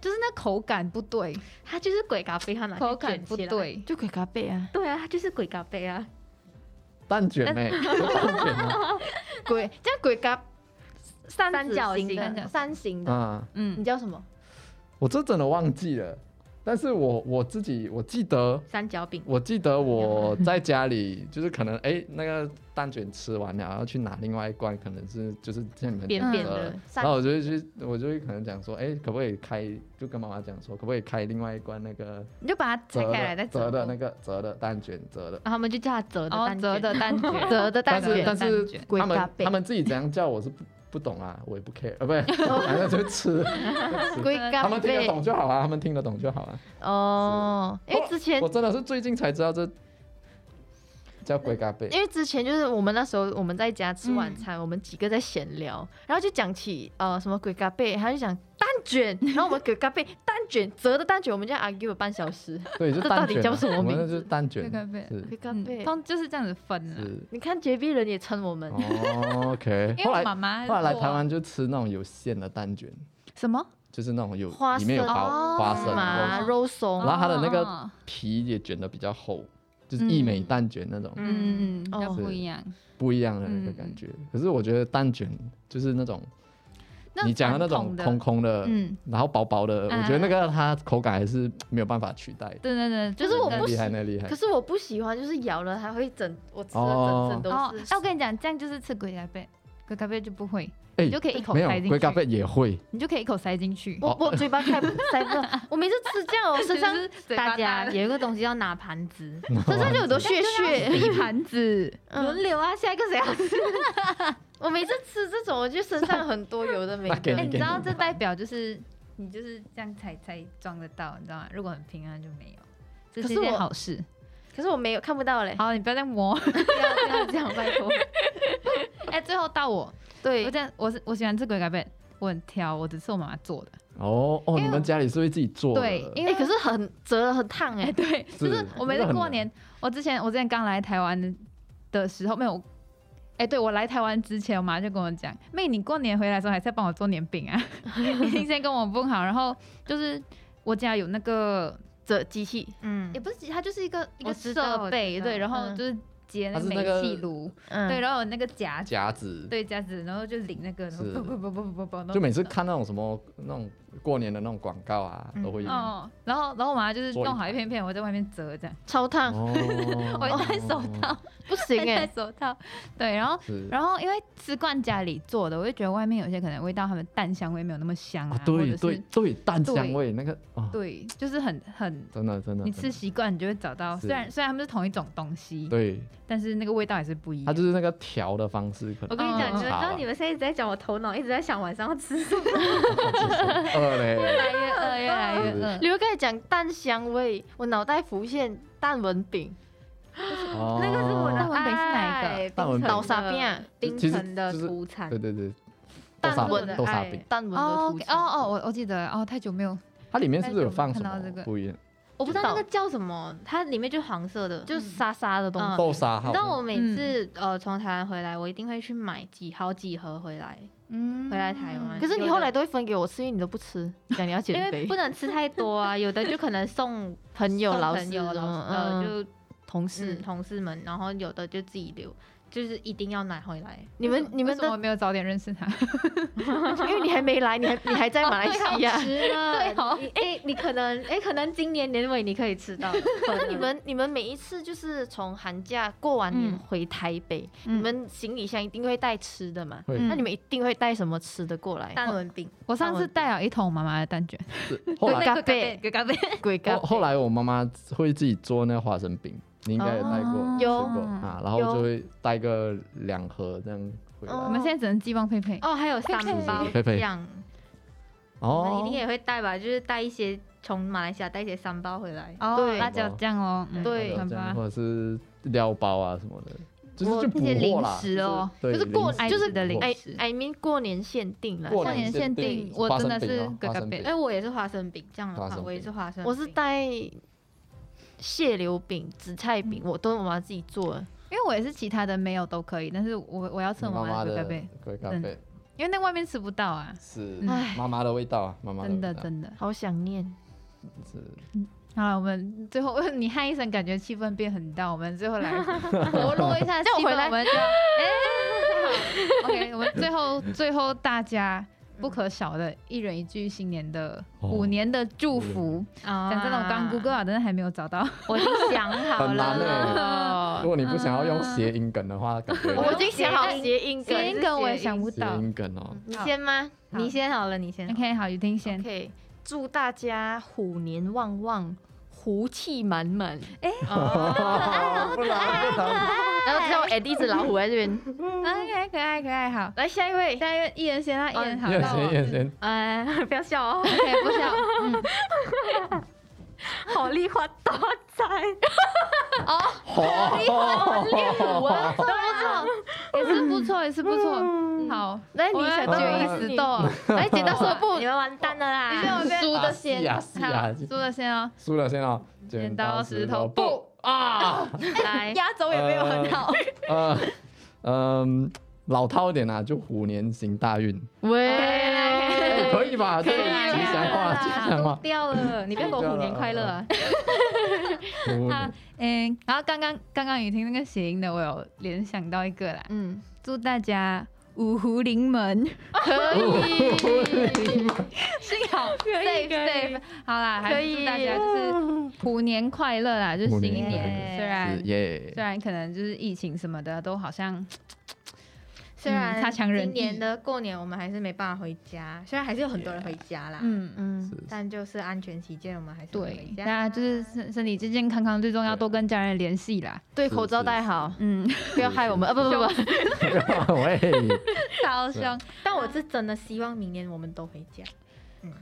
Speaker 2: 就是那口感不对，
Speaker 4: 他就是鬼嘎飞，他拿去
Speaker 2: 口感
Speaker 4: 卷
Speaker 2: 不
Speaker 4: 起来。
Speaker 2: 对，
Speaker 1: 就鬼嘎贝啊，
Speaker 4: 对啊，他就是鬼嘎飞啊，
Speaker 3: 蛋卷妹，蛋卷啊
Speaker 1: 鬼叫鬼嘎三
Speaker 4: 三
Speaker 1: 字
Speaker 4: 角
Speaker 1: 形
Speaker 4: 形
Speaker 2: 三角
Speaker 1: 的
Speaker 2: 形
Speaker 1: 三形的，
Speaker 3: 啊，
Speaker 1: 你
Speaker 2: 嗯，
Speaker 1: 叫什么？
Speaker 3: 我这真的忘记了，但是我我自己我记得
Speaker 4: 三角饼。
Speaker 3: 我记得我在家里就是可能哎、那个蛋卷吃完了，然后去拿另外一罐，可能是就是像你们
Speaker 4: 扁
Speaker 3: 讲
Speaker 2: 扁
Speaker 1: 的
Speaker 3: 然后我就会去，我就会可能讲说，哎、可不可以开？就跟妈妈讲说，可不可以开另外一罐那个
Speaker 2: 你就把它拆
Speaker 3: 折
Speaker 2: 开来再
Speaker 3: 的折的
Speaker 2: 过
Speaker 3: 那个折的蛋卷折的。
Speaker 4: 然后他们就叫他折的
Speaker 2: 哦
Speaker 4: 蛋
Speaker 2: 折
Speaker 4: 卷，
Speaker 2: 的蛋卷，
Speaker 1: 折的
Speaker 3: 但
Speaker 1: 蛋
Speaker 3: 是
Speaker 1: 卷
Speaker 3: 但是
Speaker 2: 蛋卷
Speaker 1: 鬼
Speaker 3: 他
Speaker 1: 嘎
Speaker 3: 们
Speaker 1: 贝
Speaker 3: 他们自己怎样叫我是不不懂啊，我也不 care 啊，不是，反正就吃，就吃
Speaker 1: 鬼
Speaker 3: 他
Speaker 1: 嘎
Speaker 3: 们听得
Speaker 1: 贝
Speaker 3: 懂就好啊，他们听得懂就好啊。
Speaker 1: 哦，因为之前
Speaker 3: 我真的是最近才知道这叫龟嘎贝，
Speaker 1: 因为之前就是我们那时候我们在家吃晚
Speaker 2: 嗯
Speaker 1: 餐，我们几个在闲聊，然后就讲起呃什么鬼咖贝，他就讲蛋 卷，然后我们鬼咖贝蛋卷折的蛋卷，我们就 argue 了半小时。
Speaker 3: 对，就
Speaker 1: 这
Speaker 3: 蛋
Speaker 1: 到底
Speaker 3: 卷啊，
Speaker 1: 叫什么
Speaker 3: 我们
Speaker 1: 名
Speaker 3: 那就是蛋
Speaker 2: 龟
Speaker 3: 卷，
Speaker 2: 嘎贝
Speaker 3: 是
Speaker 1: 鬼咖
Speaker 2: 嗯
Speaker 1: 贝，
Speaker 2: 通就是这样子分啊了。
Speaker 3: 是
Speaker 1: 你看绝壁人也称我们，
Speaker 3: 哦，OK。
Speaker 2: 因为
Speaker 3: 后
Speaker 2: 我
Speaker 3: 来
Speaker 2: 妈妈
Speaker 3: 后来来
Speaker 2: 做
Speaker 3: 台湾就吃那种有馅的蛋卷，
Speaker 2: 什么
Speaker 3: 就是那种有
Speaker 1: 花
Speaker 3: 里
Speaker 1: 生
Speaker 3: 面有包
Speaker 2: 哦
Speaker 3: 花
Speaker 2: 是吗
Speaker 3: 生，
Speaker 1: 嘛肉松
Speaker 3: 然后它的那个
Speaker 2: 哦
Speaker 3: 皮也卷的比较厚，就是一美
Speaker 2: 嗯
Speaker 3: 蛋卷那种
Speaker 2: 嗯，
Speaker 1: 哦
Speaker 2: 就不一样。
Speaker 3: 不一样的那个感觉。可是我觉得蛋卷就是那种你讲的那种
Speaker 2: 传统的
Speaker 3: 空空的，
Speaker 2: 嗯，
Speaker 3: 然后薄薄的，我觉得那个它口感还是没有办法取代的。
Speaker 2: 对对对，
Speaker 1: 可是我不
Speaker 3: 那厉害，
Speaker 1: 喜
Speaker 3: 那厉害
Speaker 1: 可。是我不喜欢，就是咬了它会整，我吃了
Speaker 3: 哦
Speaker 1: 整整都
Speaker 2: 哦，哎，
Speaker 1: 是。
Speaker 2: 我跟你讲，这样就是吃鬼咖啡，鬼咖啡就不会，
Speaker 3: 哎
Speaker 2: 你就可以一口
Speaker 3: 没
Speaker 2: 塞
Speaker 3: 有，
Speaker 2: 进
Speaker 3: 龟咖
Speaker 2: 去，
Speaker 3: 啡哦也会，
Speaker 2: 你就可以一口塞进去。
Speaker 1: 我我嘴巴开不塞不到， 我每次吃这样，我身 上
Speaker 2: 就是
Speaker 4: 大家有一个东西叫拿盘子，
Speaker 1: 身 上就有很多血血。
Speaker 2: 一盘子，
Speaker 1: 嗯
Speaker 4: 轮流啊，下一个谁要吃？
Speaker 1: 我每次吃这种，我就身上很多有的没
Speaker 3: 那给
Speaker 1: 的
Speaker 2: 哎，。你
Speaker 3: 你
Speaker 2: 知道这代表就是你就是这样才才装得到，你知道吗？如果很平安就没有，这是一哎
Speaker 1: 可是
Speaker 2: 件
Speaker 1: 我
Speaker 2: 好事。
Speaker 1: 可是我没有看不到嘞。
Speaker 2: 好，你不要再摸。
Speaker 4: 不要不要这样，拜托。
Speaker 2: 哎，最后到我，
Speaker 1: 对
Speaker 2: 我，这样，我是我喜欢吃鬼咖啡，我很挑，我只吃我妈妈做的。
Speaker 3: 哦哦，
Speaker 2: 因为
Speaker 3: 你们家里是会自己做的？
Speaker 2: 对，因
Speaker 1: 哎、
Speaker 2: 为
Speaker 1: 可是很折了很烫哎、
Speaker 2: 哎， 对，
Speaker 3: 是
Speaker 2: 就是我每
Speaker 3: 那个
Speaker 2: 次
Speaker 3: 很
Speaker 2: 过
Speaker 3: 难
Speaker 2: 年，我之前我之前刚来台湾的时候没有，哎、对我来台湾之前，我妈就跟我讲，妹，你过年回来的时候还是要帮我做年饼 啊，已经先跟我问好，然后就是我家有那个
Speaker 1: 折机器
Speaker 4: 嗯
Speaker 2: 也、不是，它就是一个一个
Speaker 4: 我知道
Speaker 2: 设
Speaker 4: 我
Speaker 2: 备，
Speaker 4: 知道
Speaker 2: 对，然后
Speaker 1: 嗯
Speaker 2: 就是接那
Speaker 3: 它
Speaker 2: 个
Speaker 3: 是那
Speaker 2: 煤
Speaker 3: 个
Speaker 2: 气炉，
Speaker 1: 嗯，
Speaker 2: 对，然后有那个夹子，
Speaker 3: 夹子，
Speaker 2: 对夹子，然后就领那个，然后
Speaker 3: 是
Speaker 2: 不不不不不不，然后
Speaker 3: 就每次看那种什么那种过年的那种广告啊，
Speaker 4: 嗯
Speaker 3: 都会有。
Speaker 2: 哦，然后然后我妈就是
Speaker 3: 做一
Speaker 2: 弄好一片片，我在外面折这样，
Speaker 1: 超烫，
Speaker 3: 哦，
Speaker 2: 嗯 我会戴手套，
Speaker 1: 不 行
Speaker 2: 会
Speaker 4: 欸
Speaker 1: 哎、
Speaker 2: 戴手套，对，然后
Speaker 3: 是
Speaker 2: 然后因为吃惯家里做的，我就觉得外面有些可能味道，他们蛋香味没有那么香啊，
Speaker 3: 啊，
Speaker 2: 或
Speaker 3: 对
Speaker 2: 者
Speaker 3: 对
Speaker 2: 是
Speaker 3: 对，蛋香
Speaker 2: 对
Speaker 3: 味那个哦，
Speaker 2: 对，就是很很，
Speaker 3: 真的真的，
Speaker 2: 你
Speaker 3: 真
Speaker 2: 吃
Speaker 3: 的
Speaker 2: 习惯你就会找到，
Speaker 3: 是
Speaker 2: 虽然虽然他们是同一种东西，
Speaker 3: 对，
Speaker 2: 但是那个味道还是不一
Speaker 3: 它
Speaker 2: 样。
Speaker 3: 就是那个调的方式，可能
Speaker 4: 我跟你讲，
Speaker 2: 嗯
Speaker 4: 你们知
Speaker 3: 好
Speaker 4: 道
Speaker 3: 啊
Speaker 4: 你们现在一直在讲，我头脑一直在想晚上要吃什么，
Speaker 3: 饿嘞，
Speaker 2: 越来越饿，越来 越饿。
Speaker 1: 你会跟你讲蛋香味，我脑袋浮现蛋文饼，
Speaker 3: 那
Speaker 4: 那个是我
Speaker 2: 蛋
Speaker 4: 的
Speaker 2: 文饼是哪一个
Speaker 4: 爱。
Speaker 3: 蛋文饼
Speaker 1: 倒沙冰啊
Speaker 4: 冰
Speaker 3: 其实
Speaker 4: 城的
Speaker 3: 就是
Speaker 4: 土产
Speaker 3: 对，对对，
Speaker 1: 蛋
Speaker 3: 豆沙
Speaker 1: 我的
Speaker 3: 豆沙
Speaker 4: 爱
Speaker 3: 饼，
Speaker 1: 蛋文的
Speaker 2: 哦
Speaker 1: 图
Speaker 2: ，OK，
Speaker 1: 层
Speaker 2: 哦哦，我我记得了哦，太久没有
Speaker 3: 它里面是不是有
Speaker 2: 太久没
Speaker 3: 放什
Speaker 2: 看到这
Speaker 3: 么
Speaker 2: 个
Speaker 3: 不一样？
Speaker 4: 我不知道那
Speaker 1: 就
Speaker 4: 个叫什么，它里面就是黄色的，
Speaker 1: 就是沙沙的东西。
Speaker 4: 嗯
Speaker 3: 豆沙
Speaker 4: 你知
Speaker 3: 哈，
Speaker 4: 道我每次、呃从台湾回来，我一定会去买几好几盒回来，
Speaker 2: 嗯
Speaker 4: 回来台湾
Speaker 1: 可是你
Speaker 4: 有的
Speaker 1: 后来都会分给我吃，因为你都不吃，讲你要
Speaker 4: 因
Speaker 1: 减
Speaker 4: 为
Speaker 1: 肥
Speaker 4: 不。能吃太多啊，有的就可能送
Speaker 1: 朋友、
Speaker 4: 送
Speaker 1: 老师
Speaker 4: 朋友
Speaker 1: 什
Speaker 4: 老
Speaker 1: 么
Speaker 4: 师呃
Speaker 1: 嗯
Speaker 4: 就
Speaker 1: 同事，
Speaker 4: 是同事们，然后有的就自己留。就是一定要拿回来。
Speaker 1: 你们你们
Speaker 2: 为什么
Speaker 1: 的，
Speaker 2: 没有早点认识 他？
Speaker 1: 因为你还没来，你还你还在马来 西亚。
Speaker 4: 吃呢？
Speaker 2: 对哦
Speaker 4: 你哎、你可能哎、可能今年年尾你可以吃到。
Speaker 1: 那你们你们每一次就是从寒假过完年
Speaker 2: 嗯
Speaker 1: 回台北，
Speaker 3: 嗯
Speaker 1: 你们行李箱一定会带吃的嘛？
Speaker 3: 会
Speaker 2: 嗯
Speaker 1: 那你们一定会带什么吃的过来？
Speaker 4: 蛋文饼，
Speaker 2: 我上次带了一桶妈妈的蛋卷，
Speaker 3: 是后来
Speaker 1: 对咖啡
Speaker 4: 对咖啡，
Speaker 1: 鬼
Speaker 3: 后
Speaker 1: 干
Speaker 3: 后来我妈妈会自己做那个花生饼，你应该也带过
Speaker 2: 哦
Speaker 3: 吃
Speaker 1: 有
Speaker 3: 过啊，然后
Speaker 1: 有
Speaker 3: 就会带个两盒这样回来。
Speaker 1: 哦
Speaker 2: 我们现在只能寄望佩佩。
Speaker 4: 哦，还有三包
Speaker 3: 佩佩
Speaker 4: 酱，
Speaker 3: 哦
Speaker 4: 我们一定也会带吧，就是带一些从马来西亚带一些三包回来。
Speaker 2: 哦
Speaker 1: 对
Speaker 2: 辣椒酱哦，嗯
Speaker 1: 对
Speaker 3: 还有
Speaker 2: 很
Speaker 3: 这样
Speaker 2: 吧，
Speaker 3: 或者是料包啊什么的，就是
Speaker 1: 我
Speaker 3: 就
Speaker 2: 那
Speaker 3: 补
Speaker 2: 些
Speaker 3: 货
Speaker 2: 零
Speaker 3: 啦。
Speaker 2: 食哦，
Speaker 3: 对，
Speaker 1: 就是过
Speaker 3: 零食
Speaker 2: 就是
Speaker 3: 补
Speaker 2: 的零
Speaker 3: 货
Speaker 2: 哎
Speaker 1: 哎，I mean 过年限定了。
Speaker 3: 过
Speaker 2: 年
Speaker 3: 年
Speaker 2: 限定我
Speaker 3: 花
Speaker 2: 真
Speaker 3: 生
Speaker 2: 的
Speaker 3: 饼
Speaker 2: 是
Speaker 3: 啊
Speaker 2: 哥
Speaker 3: 花
Speaker 2: 哥
Speaker 3: 生
Speaker 2: 饼
Speaker 3: 饼
Speaker 4: 哎，我也是花生饼，这样的
Speaker 3: 花
Speaker 4: 话
Speaker 3: 生饼
Speaker 4: 我也是花生饼，
Speaker 1: 我是带蟹柳饼、紫菜饼，
Speaker 3: 嗯
Speaker 1: 我都我妈自己做的。
Speaker 2: 因为我也是其他的没有都可以，但是我我要吃我
Speaker 3: 妈妈
Speaker 2: 妈的
Speaker 3: 的
Speaker 2: 贝贝，
Speaker 3: 龟咖
Speaker 2: 嗯
Speaker 3: 啡
Speaker 2: 因为那外面吃不到啊，
Speaker 3: 是
Speaker 1: 唉
Speaker 3: 妈妈的味道啊，妈妈
Speaker 2: 真
Speaker 3: 的
Speaker 2: 的
Speaker 3: 味道
Speaker 2: 真的。
Speaker 1: 好想念，
Speaker 3: 是
Speaker 2: 好了，我们最后 你喊一声，感觉气氛变很大，我们最后来活络一 下气
Speaker 1: 那我回
Speaker 2: 氛，
Speaker 1: 来
Speaker 2: 我们就要哎好，OK，我们最后最后大家不可少的一人一句新年的
Speaker 3: 哦
Speaker 2: 五年的祝福。
Speaker 4: 啊
Speaker 2: 讲真的，我刚 Google 啊，真的还没有找到。
Speaker 4: 我已经想好
Speaker 3: 很难
Speaker 4: 了
Speaker 3: 欸。如
Speaker 1: 哦，
Speaker 3: 果你不想要用谐音梗的话，感觉
Speaker 1: 我已经想好谐音梗，
Speaker 2: 谐音梗我也想不
Speaker 3: 谐
Speaker 2: 到。
Speaker 3: 音梗 哦，
Speaker 1: 你先吗
Speaker 2: 好
Speaker 4: 你先好了，你先好了。
Speaker 2: OK，好，雨婷先。
Speaker 1: ？OK，祝大家虎年旺旺，福气满满。
Speaker 3: 不然不 然
Speaker 1: 然后之后 add 一只老虎在这边。
Speaker 2: OK，可爱可爱，好。
Speaker 1: 来下一位，
Speaker 2: 下一位一人先啦，一人好。
Speaker 3: 眼
Speaker 2: 到我
Speaker 3: 神眼 神，
Speaker 4: 哎，不要笑哦，
Speaker 2: OK，不笑。嗯，
Speaker 4: 好丽花多仔。
Speaker 3: 啊哦，
Speaker 2: 都不错，也是不错，也是不错。好，
Speaker 1: 来
Speaker 2: 我
Speaker 1: 你
Speaker 2: 要
Speaker 1: 想
Speaker 3: 到
Speaker 2: 决
Speaker 1: 到
Speaker 2: 一死斗哦。
Speaker 1: 来 剪刀手布
Speaker 4: 你，们完蛋了
Speaker 2: 你先
Speaker 4: 啦！
Speaker 2: 我啊先
Speaker 3: 输的先啊是啊
Speaker 2: 好，
Speaker 3: 是啊
Speaker 2: 输的先哦。
Speaker 3: 输了先哦，
Speaker 2: 剪刀石头布
Speaker 3: 啊，
Speaker 4: 来，
Speaker 1: 压轴也没有很好。
Speaker 3: 呃嗯，老套一点啊，就虎年行大运，
Speaker 1: 喂，
Speaker 3: 可以吧？这
Speaker 1: 以
Speaker 3: 个
Speaker 1: 啦
Speaker 3: 吉祥话，吉祥话，
Speaker 4: 掉
Speaker 2: 呃
Speaker 4: 了，你不要给我虎年快乐 啊！
Speaker 3: 虎
Speaker 2: 啊
Speaker 3: 年
Speaker 2: 嗯，然后刚刚刚刚雨婷那个谐音的，我有联想到一个啦，
Speaker 1: 嗯，
Speaker 2: 祝大家五福临门，
Speaker 1: 可以，
Speaker 2: 幸 好 safe
Speaker 1: 可以
Speaker 2: safe。好啦，
Speaker 1: 可
Speaker 2: 还
Speaker 1: 以
Speaker 2: 是祝大家就是虎年快乐啦，就是新
Speaker 3: 虎年快
Speaker 2: 年
Speaker 3: 乐
Speaker 2: 虽
Speaker 3: 是
Speaker 2: 然。
Speaker 3: 耶
Speaker 2: 虽，然可能就是疫情什么的都好像
Speaker 4: 虽然
Speaker 2: 嗯差强人意
Speaker 4: 今年的过年我们还是没办法回家，虽然还是有很多人回家啦，
Speaker 2: 嗯
Speaker 1: 嗯，
Speaker 3: 是
Speaker 4: 但就是安全起见，我们还是会
Speaker 2: 对
Speaker 4: 回，
Speaker 2: 大
Speaker 4: 家。
Speaker 2: 家就是身身体健健康康最重要，
Speaker 3: 对
Speaker 2: 多跟家人联系啦。
Speaker 1: 对，
Speaker 3: 是
Speaker 1: 口罩戴好，
Speaker 2: 嗯，
Speaker 1: 不要害我们啊！不不不，
Speaker 3: 啊喂，
Speaker 2: 超
Speaker 3: 是啊
Speaker 2: 凶。
Speaker 4: 但我是真的希望明年我们都回家。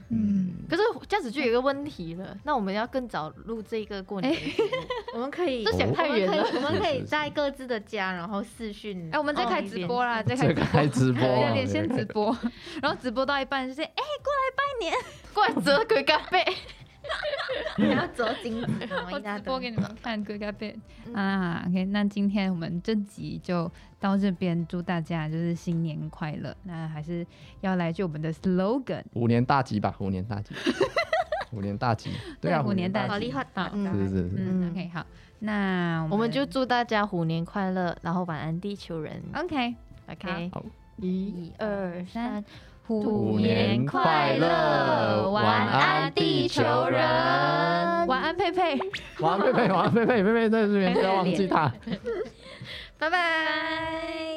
Speaker 2: 嗯，
Speaker 1: 可是这样子就有一个问题了，那我们要更早录这个过年的节目，
Speaker 4: 我们可以
Speaker 1: 哎 这，想太远了。
Speaker 4: 我们
Speaker 3: 是
Speaker 4: 可
Speaker 3: 是
Speaker 4: 以
Speaker 3: 是
Speaker 4: 在各自的家，然后视讯。
Speaker 2: 哎，我们再
Speaker 4: 哦
Speaker 2: 开
Speaker 4: 一
Speaker 2: 直
Speaker 4: 边
Speaker 2: 播啦，再开直
Speaker 3: 这个
Speaker 2: 播
Speaker 3: 开
Speaker 1: 哦
Speaker 3: 直播，啊
Speaker 2: 有点先直播， 然后直播到一半就是哎，
Speaker 1: 过来折鬼咖啡，
Speaker 4: 你要折金子，
Speaker 2: 我
Speaker 4: 我
Speaker 2: 直播给你们看 g o o d b
Speaker 1: 嗯
Speaker 2: e 啊，OK，那今天我们这集就到这边，祝大家就是新年快乐。那还是要来句我们的 slogan，
Speaker 3: 虎年大吉吧，虎年大吉，虎年大吉，对啊，
Speaker 2: 虎年大
Speaker 4: 好
Speaker 3: 吉
Speaker 4: 厉，害
Speaker 2: 好，
Speaker 3: 是是是，
Speaker 2: 嗯
Speaker 1: 嗯
Speaker 2: ，OK，好，那
Speaker 1: 我们就祝大家虎年快乐，然后晚安地球人。
Speaker 2: OK，
Speaker 1: OK，
Speaker 3: 好
Speaker 1: 一二三，
Speaker 2: 虎
Speaker 3: 虎年快乐
Speaker 2: 晚
Speaker 3: 晚
Speaker 2: 安
Speaker 3: 安
Speaker 2: 地
Speaker 3: 地
Speaker 2: 球
Speaker 3: 球
Speaker 2: 人
Speaker 3: 人，
Speaker 2: 晚安佩佩，
Speaker 3: 王佩佩，王佩佩，佩佩在这边，不要忘记他。
Speaker 2: 拜拜。